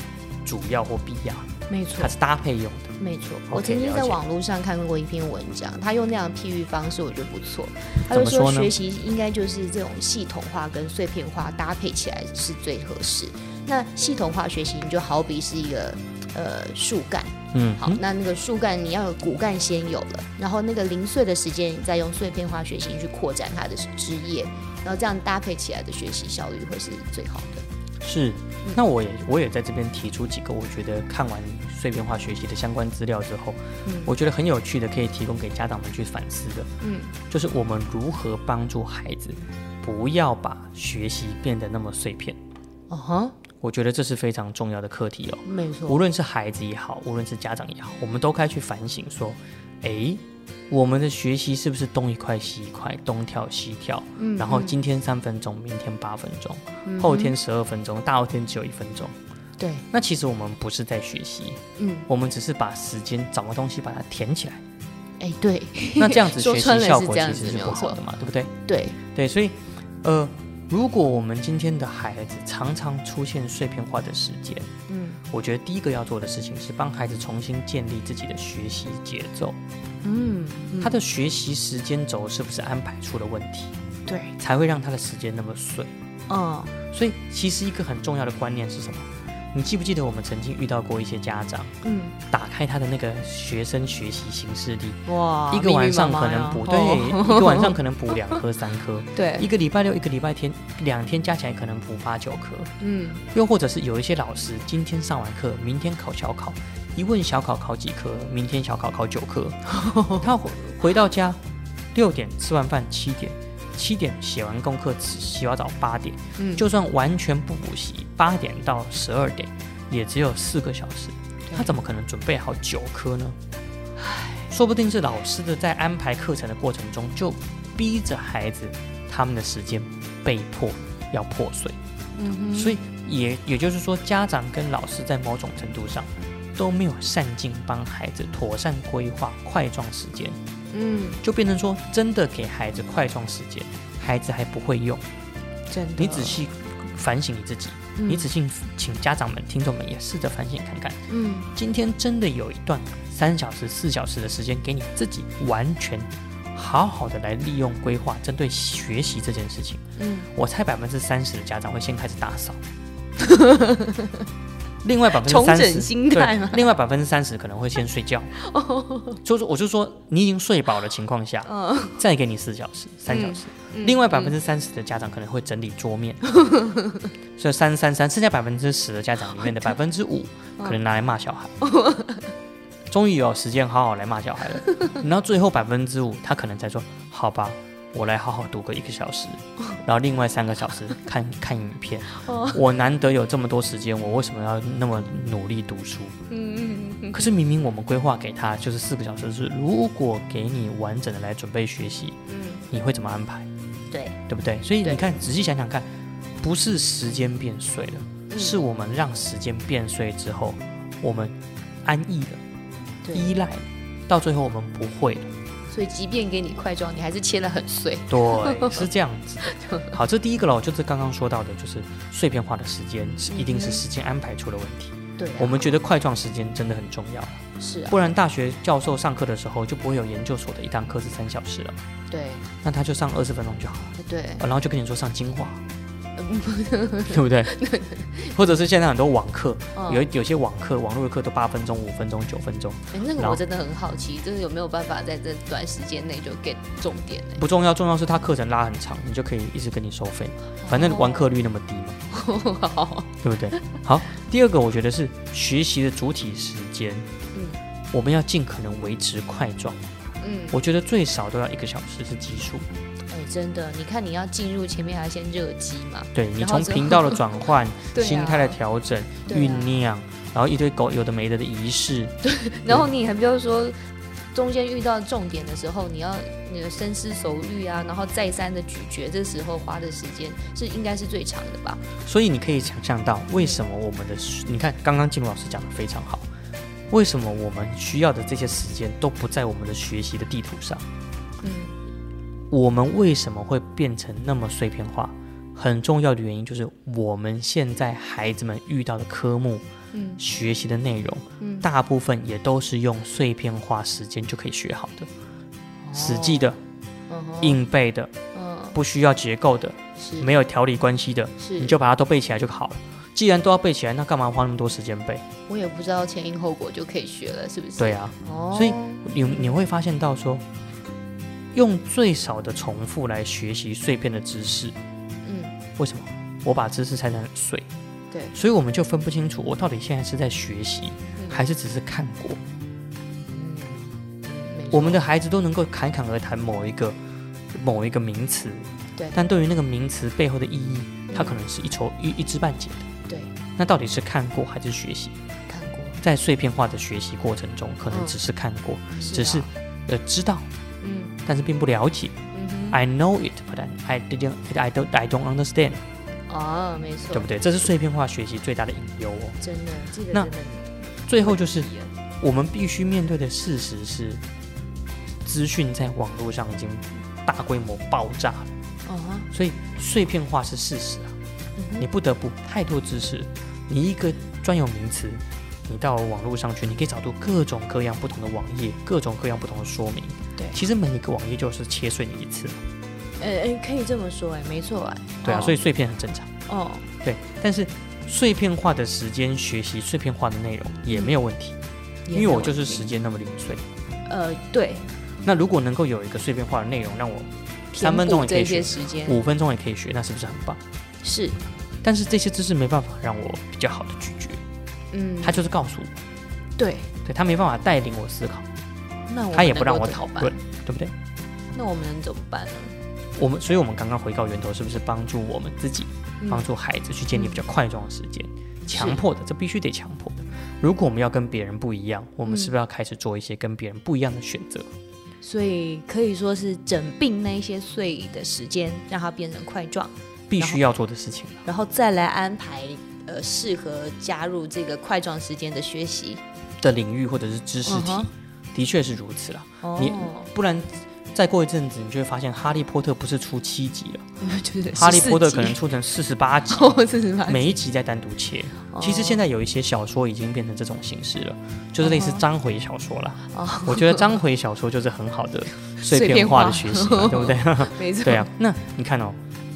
[SPEAKER 3] 主要或必要。
[SPEAKER 2] 没错
[SPEAKER 3] 它，是搭配用的。
[SPEAKER 2] 没错。
[SPEAKER 3] OK，
[SPEAKER 2] 我曾经
[SPEAKER 3] 了
[SPEAKER 2] 在
[SPEAKER 3] 解
[SPEAKER 2] 网络上看过一篇文章，他用那样的譬喻方式，我觉得不错。他
[SPEAKER 3] 怎
[SPEAKER 2] 就
[SPEAKER 3] 么说呢
[SPEAKER 2] 学习应该就是这种系统化跟碎片化搭配起来是最合适。那系统化学习，你就好比是一个呃树干，
[SPEAKER 3] 嗯，
[SPEAKER 2] 好，那那个树干你要有骨干先有了，然后那个零碎的时间，你再用碎片化学习去扩展它的枝叶，然后这样搭配起来的学习效率会是最好的。
[SPEAKER 3] 是。那我也我也在这边提出几个，我觉得看完碎片化学习的相关资料之后，
[SPEAKER 2] 嗯
[SPEAKER 3] 我觉得很有趣的，可以提供给家长们去反思的，
[SPEAKER 2] 嗯，
[SPEAKER 3] 就是我们如何帮助孩子不要把学习变得那么碎片。
[SPEAKER 2] 哦哈，
[SPEAKER 3] 我觉得这是非常重要的课题哦。
[SPEAKER 2] 没
[SPEAKER 3] 无
[SPEAKER 2] 错，
[SPEAKER 3] 论是孩子也好，无论是家长也好，我们都该去反省说，诶，我们的学习是不是东一块西一块，东跳西跳？
[SPEAKER 2] 嗯
[SPEAKER 3] 然后今天三分钟，明天八分钟，后天十二分钟，大后天只有一分钟。
[SPEAKER 2] 对，
[SPEAKER 3] 那其实我们不是在学习，
[SPEAKER 2] 嗯，
[SPEAKER 3] 我们只是把时间找个东西把它填起来。
[SPEAKER 2] 哎，对，
[SPEAKER 3] 那这样子
[SPEAKER 2] 说
[SPEAKER 3] 学
[SPEAKER 2] 穿
[SPEAKER 3] 习
[SPEAKER 2] 了
[SPEAKER 3] 效
[SPEAKER 2] 是
[SPEAKER 3] 果
[SPEAKER 2] 这样
[SPEAKER 3] 其实
[SPEAKER 2] 子
[SPEAKER 3] 是
[SPEAKER 2] 没有
[SPEAKER 3] 不好
[SPEAKER 2] 错
[SPEAKER 3] 的嘛，对不对？
[SPEAKER 2] 对，
[SPEAKER 3] 对，所以呃，如果我们今天的孩子常常出现碎片化的时间，
[SPEAKER 2] 嗯
[SPEAKER 3] 我觉得第一个要做的事情是帮孩子重新建立自己的学习节奏，
[SPEAKER 2] 嗯，
[SPEAKER 3] 他的学习时间轴是不是安排出了问题，
[SPEAKER 2] 对，
[SPEAKER 3] 才会让他的时间那么碎。
[SPEAKER 2] 哦，
[SPEAKER 3] 所以其实一个很重要的观念是什么？你记不记得我们曾经遇到过一些家长，
[SPEAKER 2] 嗯，
[SPEAKER 3] 打开他的那个学生学习形式历，
[SPEAKER 4] 哇
[SPEAKER 3] 一个晚上可能补对，一个晚上可能补两科三科，一
[SPEAKER 4] 哦 对，
[SPEAKER 3] 个礼拜六一个礼拜天两天加起来可能补八九科，
[SPEAKER 4] 嗯，
[SPEAKER 3] 又或者是有一些老师今天上完课，明天考小考，一问小考考几科，明天小考考九 科，他回回到家六点吃完饭七点。七点写完功课，洗洗完澡八点，
[SPEAKER 4] 嗯
[SPEAKER 3] 就算完全不补习，八点到十二点也只有四个小时，他怎么可能准备好九科呢？说不定是老师的在安排课程的过程中，就逼着孩子他们的时间被迫要破碎。
[SPEAKER 2] 嗯
[SPEAKER 3] 所以也也就是说，家长跟老师在某种程度上都没有善尽帮孩子妥善规划块状时间，
[SPEAKER 4] 嗯，
[SPEAKER 3] 就变成说真的给孩子块状时间，孩子还不会用。
[SPEAKER 4] 真的，
[SPEAKER 3] 你仔细反省你自己，你仔细请家长们、听众们也试着反省看看，
[SPEAKER 4] 嗯，
[SPEAKER 3] 今天真的有一段三小时、四小时的时间给你自己完全。好好的来利用规划，针对学习这件事情，
[SPEAKER 4] 嗯，
[SPEAKER 3] 我猜百分之三十的家长会先开始打 扫，另外百分之
[SPEAKER 4] 重
[SPEAKER 3] 三
[SPEAKER 4] 整
[SPEAKER 3] 十
[SPEAKER 4] 心态哦嘛
[SPEAKER 3] 另外百分之三十可能会先 睡觉。就是我就说，你已经睡饱的情况下，
[SPEAKER 4] 嗯
[SPEAKER 3] 再给你四小时、三小时，另外百分之三十的家长可能会整理桌面， 所以三三三，剩下百分之十的家长里面的百分之五可能拿来骂小孩。终于有时间好好来骂小孩了，然后最后百分之五，他可能才说：“好吧，我来好好读个一个小时，然后另外三个小时看看影片。我难得有这么多时间，我为什么要那么努力读书？
[SPEAKER 2] 嗯
[SPEAKER 3] 可是明明我们规划给他就是四个小时，是如果给你完整的来准备学习，你会怎么安排？
[SPEAKER 2] 对，
[SPEAKER 3] 对不对？所以
[SPEAKER 2] 对
[SPEAKER 3] 你看，仔细想想看，不是时间变碎
[SPEAKER 2] 嗯
[SPEAKER 3] 了，是我们让时间变碎之后，我们安逸了，
[SPEAKER 2] 对
[SPEAKER 3] 依赖了，到最后我们不会了。
[SPEAKER 2] 所以即便给你块状，你还是切得很碎。
[SPEAKER 3] 对，是这样 子的。好，这第一个喽，就是刚刚说到的，就是碎片化的时间是一定是时间安排出了问题。
[SPEAKER 2] 对啊，
[SPEAKER 3] 我们觉得块状时间真的很重要，
[SPEAKER 2] 是啊，
[SPEAKER 3] 不然大学教授上课的时候就不会有研究所的一堂课是三小时了，
[SPEAKER 2] 对
[SPEAKER 3] 那他就上二十分钟就好了。
[SPEAKER 2] 对，
[SPEAKER 3] 然后就跟你说上精华，
[SPEAKER 2] 嗯
[SPEAKER 3] 对 不对？或者是现在很多网课，
[SPEAKER 2] 嗯
[SPEAKER 3] 有有些网课、网络的课都八分钟、五分钟、九分钟，
[SPEAKER 2] 哎那
[SPEAKER 3] 然
[SPEAKER 2] 个
[SPEAKER 3] 后
[SPEAKER 2] 我真的很好奇，就是有没有办法在这短时间内就 get 重点呢？
[SPEAKER 3] 不重要，重要是他课程拉很长，你就可以一直跟你收费，
[SPEAKER 2] 哦
[SPEAKER 3] 反正完课率那么低嘛，
[SPEAKER 2] 好，
[SPEAKER 3] 对 不对？好，第二个我觉得是学习的主体时间，
[SPEAKER 2] 嗯
[SPEAKER 3] 我们要尽可能维持块状，
[SPEAKER 4] 嗯，
[SPEAKER 3] 我觉得最少都要一个小时是基数，
[SPEAKER 2] 哎，真的，你看你要进入前面还要先热机嘛，
[SPEAKER 3] 对你
[SPEAKER 2] 然后
[SPEAKER 3] 从
[SPEAKER 2] 之
[SPEAKER 3] 频
[SPEAKER 2] 后
[SPEAKER 3] 道的转 换、
[SPEAKER 4] 对啊
[SPEAKER 3] 心态的调整、
[SPEAKER 2] 对啊
[SPEAKER 3] 酝酿，然后一堆狗有的没的的仪式，
[SPEAKER 2] 然后你还不要说。中间遇到重点的时候，你要你的深思熟虑啊，然后再三的咀嚼，这时候花的时间是应该是最长的吧？
[SPEAKER 3] 所以你可以想象到，为什么我们的需你看刚刚静茹老师讲的非常好，为什么我们需要的这些时间都不在我们的学习的地图上？
[SPEAKER 2] 嗯，
[SPEAKER 3] 我们为什么会变成那么碎片化？很重要的原因就是我们现在孩子们遇到的科目、
[SPEAKER 4] 嗯
[SPEAKER 3] 学习的内容，
[SPEAKER 4] 嗯
[SPEAKER 3] 大部分也都是用碎片化时间就可以学好的，
[SPEAKER 2] 哦
[SPEAKER 3] 死记的、
[SPEAKER 2] 嗯哼
[SPEAKER 3] 硬背的、
[SPEAKER 2] 嗯
[SPEAKER 3] 不需要结构的、
[SPEAKER 2] 是
[SPEAKER 3] 没有条理关系的，
[SPEAKER 2] 是，
[SPEAKER 3] 你就把它都背起来就好了。既然都要背起来，那干嘛花那么多时间背？
[SPEAKER 2] 我也不知道前因后果就可以学了，是不是？
[SPEAKER 3] 对啊，
[SPEAKER 2] 哦，
[SPEAKER 3] 所以你你会发现到说，用最少的重复来学习碎片的知识，
[SPEAKER 2] 嗯
[SPEAKER 3] 为什么？我把知识拆得很碎，
[SPEAKER 2] 对
[SPEAKER 3] 所以我们就分不清楚我到底现在是在学习，
[SPEAKER 2] 嗯
[SPEAKER 3] 还是只是看过。
[SPEAKER 2] 嗯，没
[SPEAKER 3] 我们
[SPEAKER 2] 错
[SPEAKER 3] 的孩子都能够侃侃而谈某一个某一个名词，
[SPEAKER 2] 对
[SPEAKER 3] 但对于那个名词背后的意义，他可能是一筹一一知半解的。
[SPEAKER 2] 嗯对
[SPEAKER 3] 那到底是看过还是学习？
[SPEAKER 2] 看过，
[SPEAKER 3] 在碎片化的学习过程中，可能
[SPEAKER 2] 嗯
[SPEAKER 3] 只是看过，只
[SPEAKER 2] 啊
[SPEAKER 3] 是呃知道，
[SPEAKER 2] 嗯
[SPEAKER 3] 但是并不了解。
[SPEAKER 2] 嗯哼
[SPEAKER 3] I know it, but I didn't, I don't, I don't understand，
[SPEAKER 2] 哦，没错，
[SPEAKER 3] 对不对？这是碎片化学习最大的隐忧哦。
[SPEAKER 2] 真的，这个
[SPEAKER 3] 那
[SPEAKER 2] 真的
[SPEAKER 3] 最后就是
[SPEAKER 2] 不一样
[SPEAKER 3] 我们必须面对的事实是，资讯在网络上已经大规模爆炸了，
[SPEAKER 2] 哦哈，
[SPEAKER 3] 所以碎片化是事实啊。
[SPEAKER 2] 嗯哼
[SPEAKER 3] 你不得不太多知识，你一个专有名词，你到网络上去，你可以找出各种各样不同的网页，各种各样不同的说明。
[SPEAKER 2] 对
[SPEAKER 3] 其实每一个网页就是切碎你一次嘛，
[SPEAKER 2] 呃呃，可以这么说哎，没错哎，
[SPEAKER 3] 对啊，
[SPEAKER 2] 哦
[SPEAKER 3] 所以碎片很正常。
[SPEAKER 2] 哦，
[SPEAKER 3] 对，但是碎片化的时间学习碎片化的内容也没有问题，
[SPEAKER 2] 嗯
[SPEAKER 3] 因为我就是时间那么零碎。
[SPEAKER 2] 呃对，
[SPEAKER 3] 那如果能够有一个碎片化的内容，让我三
[SPEAKER 2] 填
[SPEAKER 3] 分钟
[SPEAKER 2] 补
[SPEAKER 3] 也可以
[SPEAKER 2] 这些，
[SPEAKER 3] 学
[SPEAKER 2] 时间
[SPEAKER 3] 五分钟也可以学，那是不是很棒？
[SPEAKER 2] 是，
[SPEAKER 3] 但是这些知识没办法让我比较好的咀嚼，
[SPEAKER 2] 嗯，
[SPEAKER 3] 他就是告诉我，
[SPEAKER 2] 对，
[SPEAKER 3] 对他没办法带领我思考，
[SPEAKER 2] 那我
[SPEAKER 3] 他也
[SPEAKER 2] 们
[SPEAKER 3] 不让
[SPEAKER 2] 能够
[SPEAKER 3] 我
[SPEAKER 2] 怎
[SPEAKER 3] 讨
[SPEAKER 2] 么办
[SPEAKER 3] 论，，对不对？
[SPEAKER 2] 那我们能怎么办呢？
[SPEAKER 3] 我们，所以我们刚刚回到源头，是不是帮助我们自己，
[SPEAKER 2] 嗯
[SPEAKER 3] 帮助孩子去建立比较快速的时间？强
[SPEAKER 2] 是
[SPEAKER 3] 迫的，这必须得强迫的。如果我们要跟别人不一样，我们
[SPEAKER 2] 嗯
[SPEAKER 3] 是不是要开始做一些跟别人不一样的选择？
[SPEAKER 2] 所以可以说是整并那一些碎的时间，让它变成块状，
[SPEAKER 3] 必须要做的事情了。
[SPEAKER 2] 然后再来安排呃适合加入这个块状时间的学习。
[SPEAKER 3] 的领域或者是知识体，
[SPEAKER 2] 嗯
[SPEAKER 3] 的确是如此啦。
[SPEAKER 2] 哦
[SPEAKER 3] 你不然再过一阵子，你就会发现《哈利波特》不是出七集了，
[SPEAKER 2] 就是
[SPEAKER 3] 《哈利波特》可能
[SPEAKER 2] 14集，
[SPEAKER 3] 出成嗯四十八集
[SPEAKER 2] 哦，这是蛮
[SPEAKER 3] 每一集再单独切。
[SPEAKER 2] 哦
[SPEAKER 3] 其实现在有一些小说已经变成这种形式了，就是类似章回小说啦。
[SPEAKER 2] 嗯哦
[SPEAKER 3] 我觉得章回小说就是很好的碎
[SPEAKER 2] 碎
[SPEAKER 3] 片
[SPEAKER 2] 片
[SPEAKER 3] 化
[SPEAKER 2] 化
[SPEAKER 3] 的学习嘛，对不对？
[SPEAKER 2] 哦没错，
[SPEAKER 3] 对啊，那你看哦。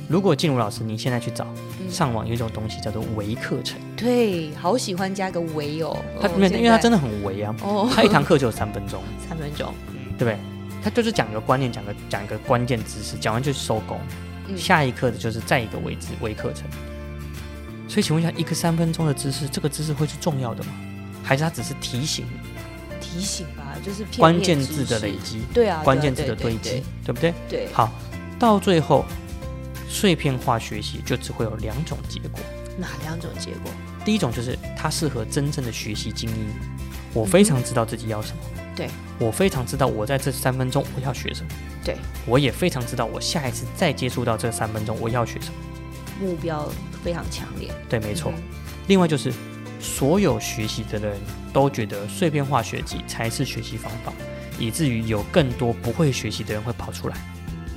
[SPEAKER 3] 如果静茹老师，你现在去找
[SPEAKER 2] 嗯
[SPEAKER 3] 上网有一种东西叫做微课程，
[SPEAKER 2] 对，好喜欢加个围哦，
[SPEAKER 3] 它
[SPEAKER 2] 嗯
[SPEAKER 3] 没有，因为它真
[SPEAKER 2] 现
[SPEAKER 3] 的很微啊，
[SPEAKER 2] 在哦
[SPEAKER 3] 它一堂课只有三分钟，
[SPEAKER 2] 三分钟，
[SPEAKER 3] 对不对？他就是讲个观念，讲个讲一个关键知识，讲完就收工。
[SPEAKER 2] 嗯
[SPEAKER 3] 下一课的就是再一个微知微课程。所以，请问一下，一个三分钟的知识，这个知识会是重要的吗？还是它只是提醒你
[SPEAKER 2] 提醒吧，就是片面
[SPEAKER 3] 关键
[SPEAKER 2] 知
[SPEAKER 3] 字的
[SPEAKER 2] 识
[SPEAKER 3] 累，积、
[SPEAKER 2] 对啊，
[SPEAKER 3] 关
[SPEAKER 2] 对啊
[SPEAKER 3] 键字的
[SPEAKER 2] 对
[SPEAKER 3] 堆
[SPEAKER 2] 对
[SPEAKER 3] 积，对不对？
[SPEAKER 2] 对对，
[SPEAKER 3] 好，到最后碎片化学习就只会有两种结果。
[SPEAKER 2] 哪两种结果？
[SPEAKER 3] 第一种就是它适合真正的学习精英，我非常知道自己要什么，
[SPEAKER 2] 对
[SPEAKER 3] 我非常知道我在这三分钟我要学什么，
[SPEAKER 2] 对，
[SPEAKER 3] 我也非常知道我下一次再接触到这三分钟我要学什么。
[SPEAKER 2] 目标非常强烈，
[SPEAKER 3] 对，没错。
[SPEAKER 2] 嗯
[SPEAKER 3] 另外就是所有学习的人都觉得碎片化学习才是学习方法，以至于有更多不会学习的人会跑出来，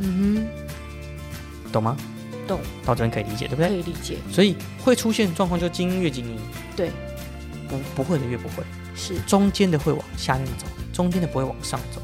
[SPEAKER 2] 嗯
[SPEAKER 3] 懂吗？
[SPEAKER 2] 懂，
[SPEAKER 3] 到这边可以理解，对不
[SPEAKER 2] 哼，可
[SPEAKER 3] 对？
[SPEAKER 2] 以理解，
[SPEAKER 3] 所以会出现状况，就精英越精英，
[SPEAKER 2] 对，
[SPEAKER 3] 不不会的越不会。
[SPEAKER 2] 是
[SPEAKER 3] 中间的会往下面走，中间的不会往上走。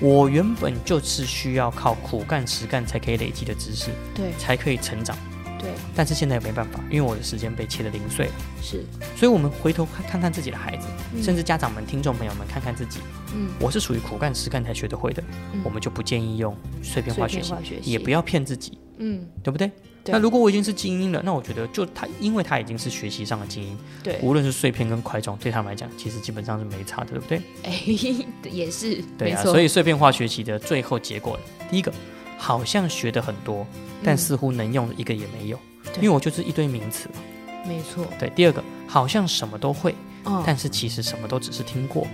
[SPEAKER 3] 我原本就是需要靠苦干实干才可以累积的知识，
[SPEAKER 2] 对
[SPEAKER 3] 才可以成长。
[SPEAKER 2] 对
[SPEAKER 3] 但是现在没办法，因为我的时间被切得零碎了。
[SPEAKER 2] 是，
[SPEAKER 3] 所以，我们回头看看看自己的孩子，
[SPEAKER 2] 嗯
[SPEAKER 3] 甚至家长们、听众朋友们，看看自己，
[SPEAKER 2] 嗯
[SPEAKER 3] 我是属于苦干实干才学得会的，
[SPEAKER 2] 嗯
[SPEAKER 3] 我们就不建议用碎片化
[SPEAKER 2] 碎
[SPEAKER 3] 学
[SPEAKER 2] 片
[SPEAKER 3] 习
[SPEAKER 2] 化，学习
[SPEAKER 3] 也不要骗自己，
[SPEAKER 2] 嗯
[SPEAKER 3] 对不对？
[SPEAKER 2] 对
[SPEAKER 3] 那如果我已经是精英了，那我觉得就他，因为他已经是学习上的精英，
[SPEAKER 2] 对，
[SPEAKER 3] 无论是碎片跟块状，对他们来讲，其实基本上是没差的，对不对？
[SPEAKER 2] 哎也是
[SPEAKER 3] 对啊，
[SPEAKER 2] 没错
[SPEAKER 3] 所以碎片化学习的最后结果，第一个好像学的很多，但
[SPEAKER 2] 嗯
[SPEAKER 3] 似乎能用的一个也没有，
[SPEAKER 2] 对
[SPEAKER 3] 因为我就是一堆名词嘛。
[SPEAKER 2] 没错，
[SPEAKER 3] 对，第二个好像什么都会，
[SPEAKER 2] 嗯，
[SPEAKER 3] 但是其实什么都只是听过。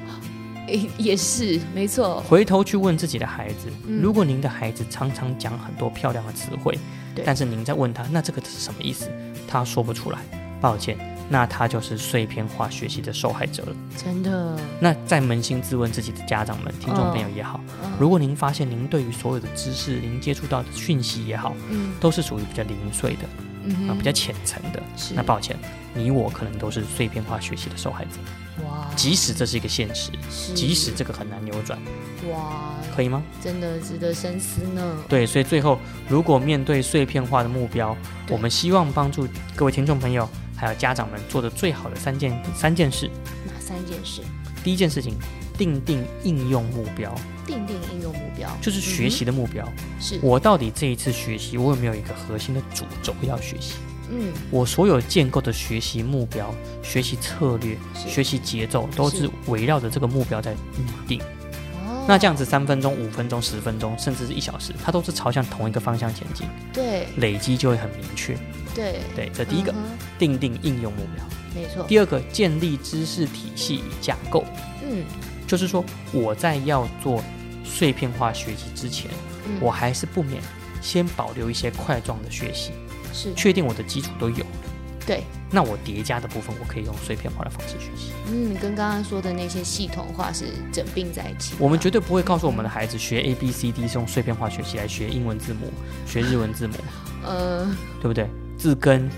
[SPEAKER 2] 哎也是没错，
[SPEAKER 3] 回头去问自己的孩子，
[SPEAKER 2] 嗯
[SPEAKER 3] 如果您的孩子常常讲很多漂亮的词汇，
[SPEAKER 2] 对
[SPEAKER 3] 但是您在问他那这个是什么意思，他说不出来，抱歉，那他就是碎片化学习的受害者了。
[SPEAKER 2] 真的，
[SPEAKER 3] 那在扪心自问自己的家长们、听众朋友也好，
[SPEAKER 2] 哦嗯
[SPEAKER 3] 如果您发现您对于所有的知识、您接触到的讯息也好，
[SPEAKER 2] 嗯
[SPEAKER 3] 都是属于比较零碎的，
[SPEAKER 2] 嗯
[SPEAKER 3] 啊、
[SPEAKER 2] 哼，
[SPEAKER 3] 比较浅层的，
[SPEAKER 2] 是
[SPEAKER 3] 那抱歉，你我可能都是碎片化学习的受害者。
[SPEAKER 2] 哇，
[SPEAKER 3] 即使这是一个现实，
[SPEAKER 2] 是
[SPEAKER 3] 即使这个很难扭转，
[SPEAKER 2] 哇，
[SPEAKER 3] 可以吗？
[SPEAKER 2] 真的值得深思呢。
[SPEAKER 3] 对，所以最后，如果面对碎片化的目标，
[SPEAKER 2] 对
[SPEAKER 3] 我们希望帮助各位听众朋友还有家长们做的最好的三件三件事。
[SPEAKER 2] 哪三件事？
[SPEAKER 3] 第一件事情，定定应用目标，
[SPEAKER 2] 定定应用目标
[SPEAKER 3] 就是学习的目标。
[SPEAKER 2] 嗯哼是
[SPEAKER 3] 我到底这一次学习，我有没有一个核心的主轴要学习？
[SPEAKER 2] 嗯
[SPEAKER 3] 我所有建构的学习目标、学习策略、
[SPEAKER 2] 是
[SPEAKER 3] 学习节奏，都
[SPEAKER 2] 是
[SPEAKER 3] 是围绕着这个目标在拟定。
[SPEAKER 2] 哦
[SPEAKER 3] 那这样子，三分钟、五分钟、十分钟，甚至是一小时，它都是朝向同一个方向前进，
[SPEAKER 2] 对
[SPEAKER 3] 累积就会很明确。
[SPEAKER 2] 对
[SPEAKER 3] 对，这第一个、
[SPEAKER 2] 嗯
[SPEAKER 3] 定定应用目标。
[SPEAKER 2] 哼没错
[SPEAKER 3] 第二个，建立知识体系与架构，
[SPEAKER 2] 嗯
[SPEAKER 3] 就是说我在要做碎片化学习之前，
[SPEAKER 2] 嗯
[SPEAKER 3] 我还是不免先保留一些块状的学习，
[SPEAKER 2] 是
[SPEAKER 3] 确定我的基础都有。
[SPEAKER 2] 对
[SPEAKER 3] 那我叠加的部分，我可以用碎片化的方式学习。
[SPEAKER 2] 嗯跟刚刚说的那些系统化是整并在一起的。
[SPEAKER 3] 我们绝对不会告诉我们的孩子学 A B C D 是用碎片化学习来学英文字母、学日文 字母，
[SPEAKER 2] 呃
[SPEAKER 3] 对不对？字根、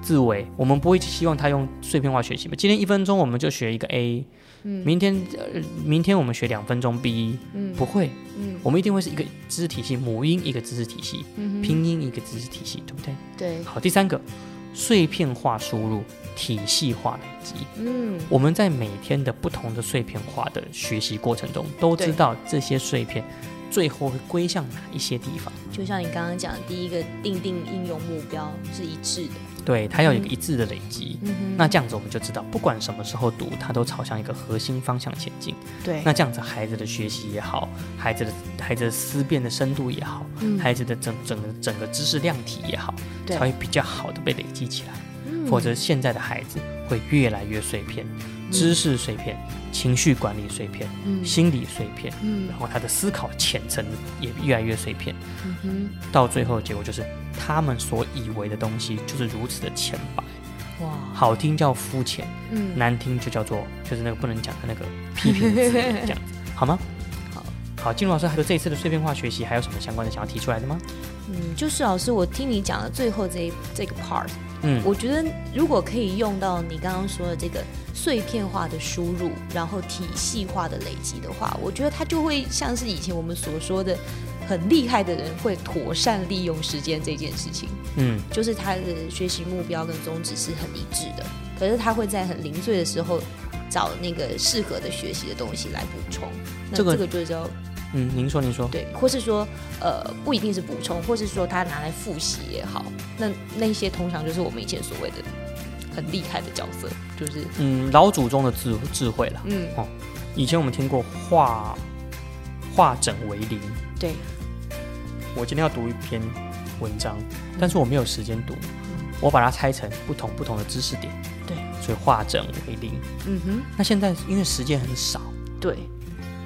[SPEAKER 3] 字尾，我们不会希望他用碎片化学习嘛。今天一分钟我们就学一个 A，
[SPEAKER 2] 嗯
[SPEAKER 3] 明天呃明天我们学两分钟 B，
[SPEAKER 2] 嗯
[SPEAKER 3] 不会，
[SPEAKER 2] 嗯
[SPEAKER 3] 我们一定会是一个知识体系，母音一个知识体系，
[SPEAKER 2] 嗯哼
[SPEAKER 3] 拼音一个知识体系，对不对？
[SPEAKER 2] 对
[SPEAKER 3] 好，第三个，碎片化输入，体系化累积。
[SPEAKER 2] 嗯
[SPEAKER 3] 我们在每天的不同的碎片化的学习过程中，都知道这些碎片最后会归向哪一些地方。
[SPEAKER 2] 就像你刚刚讲的，第一个定定应用目标是一致的。
[SPEAKER 3] 对，它要有一个一致的累积。
[SPEAKER 2] 嗯哼
[SPEAKER 3] 那这样子我们就知道，不管什么时候读，它都朝向一个核心方向前进。
[SPEAKER 2] 嗯
[SPEAKER 4] 对
[SPEAKER 3] 那这样子，孩子的学习也好，孩子的孩子的思辨的深度也好，
[SPEAKER 2] 嗯
[SPEAKER 3] 孩子的整整个整个知识量体也好，
[SPEAKER 4] 对
[SPEAKER 3] 才会比较好的被累积起来。
[SPEAKER 2] 嗯
[SPEAKER 3] 否则现在的孩子会越来越碎片，知识碎片、情绪管理碎片、
[SPEAKER 2] 嗯
[SPEAKER 3] 心理碎片，
[SPEAKER 2] 嗯
[SPEAKER 3] 然后他的思考浅层也越来越碎片，
[SPEAKER 2] 嗯哼
[SPEAKER 3] 到最后结果就是他们所以为的东西就是如此的浅白，
[SPEAKER 2] 哇
[SPEAKER 3] 好听叫肤浅，
[SPEAKER 2] 嗯
[SPEAKER 3] 难听就叫做就是那个不能讲的那个批评字眼这样子，好吗？
[SPEAKER 2] 好。
[SPEAKER 3] 好，金老师，还有这一次的碎片化学习，还有什么相关的想要提出来的吗？
[SPEAKER 2] 嗯，就是老师，我听你讲的最后这一这个 part，
[SPEAKER 3] 嗯，
[SPEAKER 2] 我觉得如果可以用到你刚刚说的这个碎片化的输入，然后体系化的累积的话，我觉得它就会像是以前我们所说的，很厉害的人会妥善利用时间这件事情，
[SPEAKER 3] 嗯，
[SPEAKER 2] 就是他的学习目标跟宗旨是很一致的，可是他会在很零碎的时候找那个适合的学习的东西来补充，那这
[SPEAKER 3] 这个
[SPEAKER 2] 个就叫
[SPEAKER 3] 嗯，您说，您说，
[SPEAKER 2] 对，或是说呃不一定是补充，或是说他拿来复习也好，那那些通常就是我们以前所谓的很厉害的角色，就是
[SPEAKER 3] 嗯，老祖宗的智智慧了。
[SPEAKER 2] 嗯
[SPEAKER 3] 以前我们听过化化整为零，
[SPEAKER 4] 对，
[SPEAKER 3] 我今天要读一篇文章，但是我没有时间读，我把它拆成不同不同的知识点，
[SPEAKER 4] 对，
[SPEAKER 3] 所以化整为零。
[SPEAKER 2] 嗯哼，
[SPEAKER 3] 那现在因为时间很少，
[SPEAKER 2] 对，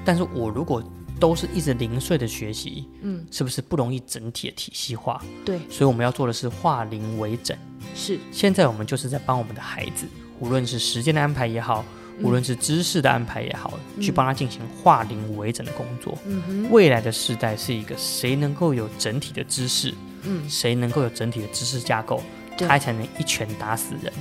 [SPEAKER 3] 但是我如果都是一直零碎的学习，
[SPEAKER 2] 嗯，
[SPEAKER 3] 是不是不容易整体的体系化？
[SPEAKER 2] 对，
[SPEAKER 3] 所以我们要做的是化零为整。
[SPEAKER 2] 是
[SPEAKER 3] 现在我们就是在帮我们的孩子，无论是时间的安排也好，
[SPEAKER 2] 嗯
[SPEAKER 3] 无论是知识的安排也好，去帮他进行化零为整的工作。
[SPEAKER 2] 嗯
[SPEAKER 3] 未来的世代是一个谁能够有整体的知识，
[SPEAKER 2] 嗯
[SPEAKER 3] 谁能够有整体的知识架构，
[SPEAKER 2] 对
[SPEAKER 3] 他才能一拳打死人，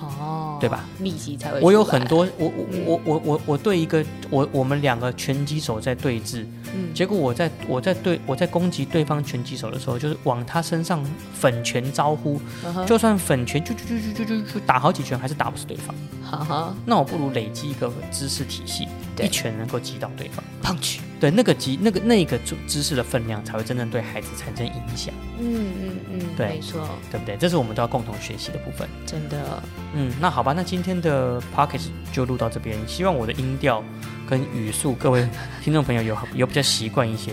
[SPEAKER 2] 哦，
[SPEAKER 3] 对吧？
[SPEAKER 2] 秘籍才会
[SPEAKER 3] 我有
[SPEAKER 2] 出来
[SPEAKER 3] 很多，我
[SPEAKER 2] 嗯
[SPEAKER 3] 我我我我我对一个我我们两个拳击手在对峙，
[SPEAKER 2] 嗯
[SPEAKER 3] 结果我在我在对我在攻击对方拳击手的时候，就是往他身上粉拳招呼，
[SPEAKER 2] 嗯哼
[SPEAKER 3] 就算粉拳就就就就就就打好几拳，还是打不死对方。
[SPEAKER 2] 哈哈
[SPEAKER 3] 那我不如累积一个知识体系，
[SPEAKER 2] 对
[SPEAKER 3] 一拳能够击倒对方。
[SPEAKER 2] punch，
[SPEAKER 3] 对，那个击那个那个知知识的分量才会真正对孩子产生影响，
[SPEAKER 2] 嗯嗯嗯，
[SPEAKER 3] 对
[SPEAKER 2] 没错，
[SPEAKER 3] 对不对？这是我们都要共同学习的部分。
[SPEAKER 2] 真的，
[SPEAKER 3] 嗯，那好吧，那今天的 p o c k e t 就录到这边。希望我的音调跟语速，各位听众朋友有 有比较习惯一些。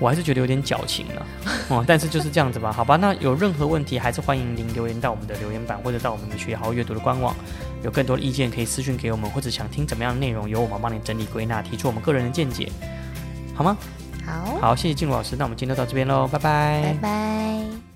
[SPEAKER 3] 我还是觉得有点矫情了，哦，但是就是这样子吧，好吧。那有任何问题，还是欢迎您留言到我们的留言板，或者到我们的学好好阅读的官网。有更多的意见可以私讯给我们，或者想听怎么样的内容，由我们帮你整理归纳，提出我们个人的见解，好吗？
[SPEAKER 2] 好，
[SPEAKER 3] 好，谢谢静茹老师，那我们今天就到这边喽，拜拜
[SPEAKER 2] 拜拜。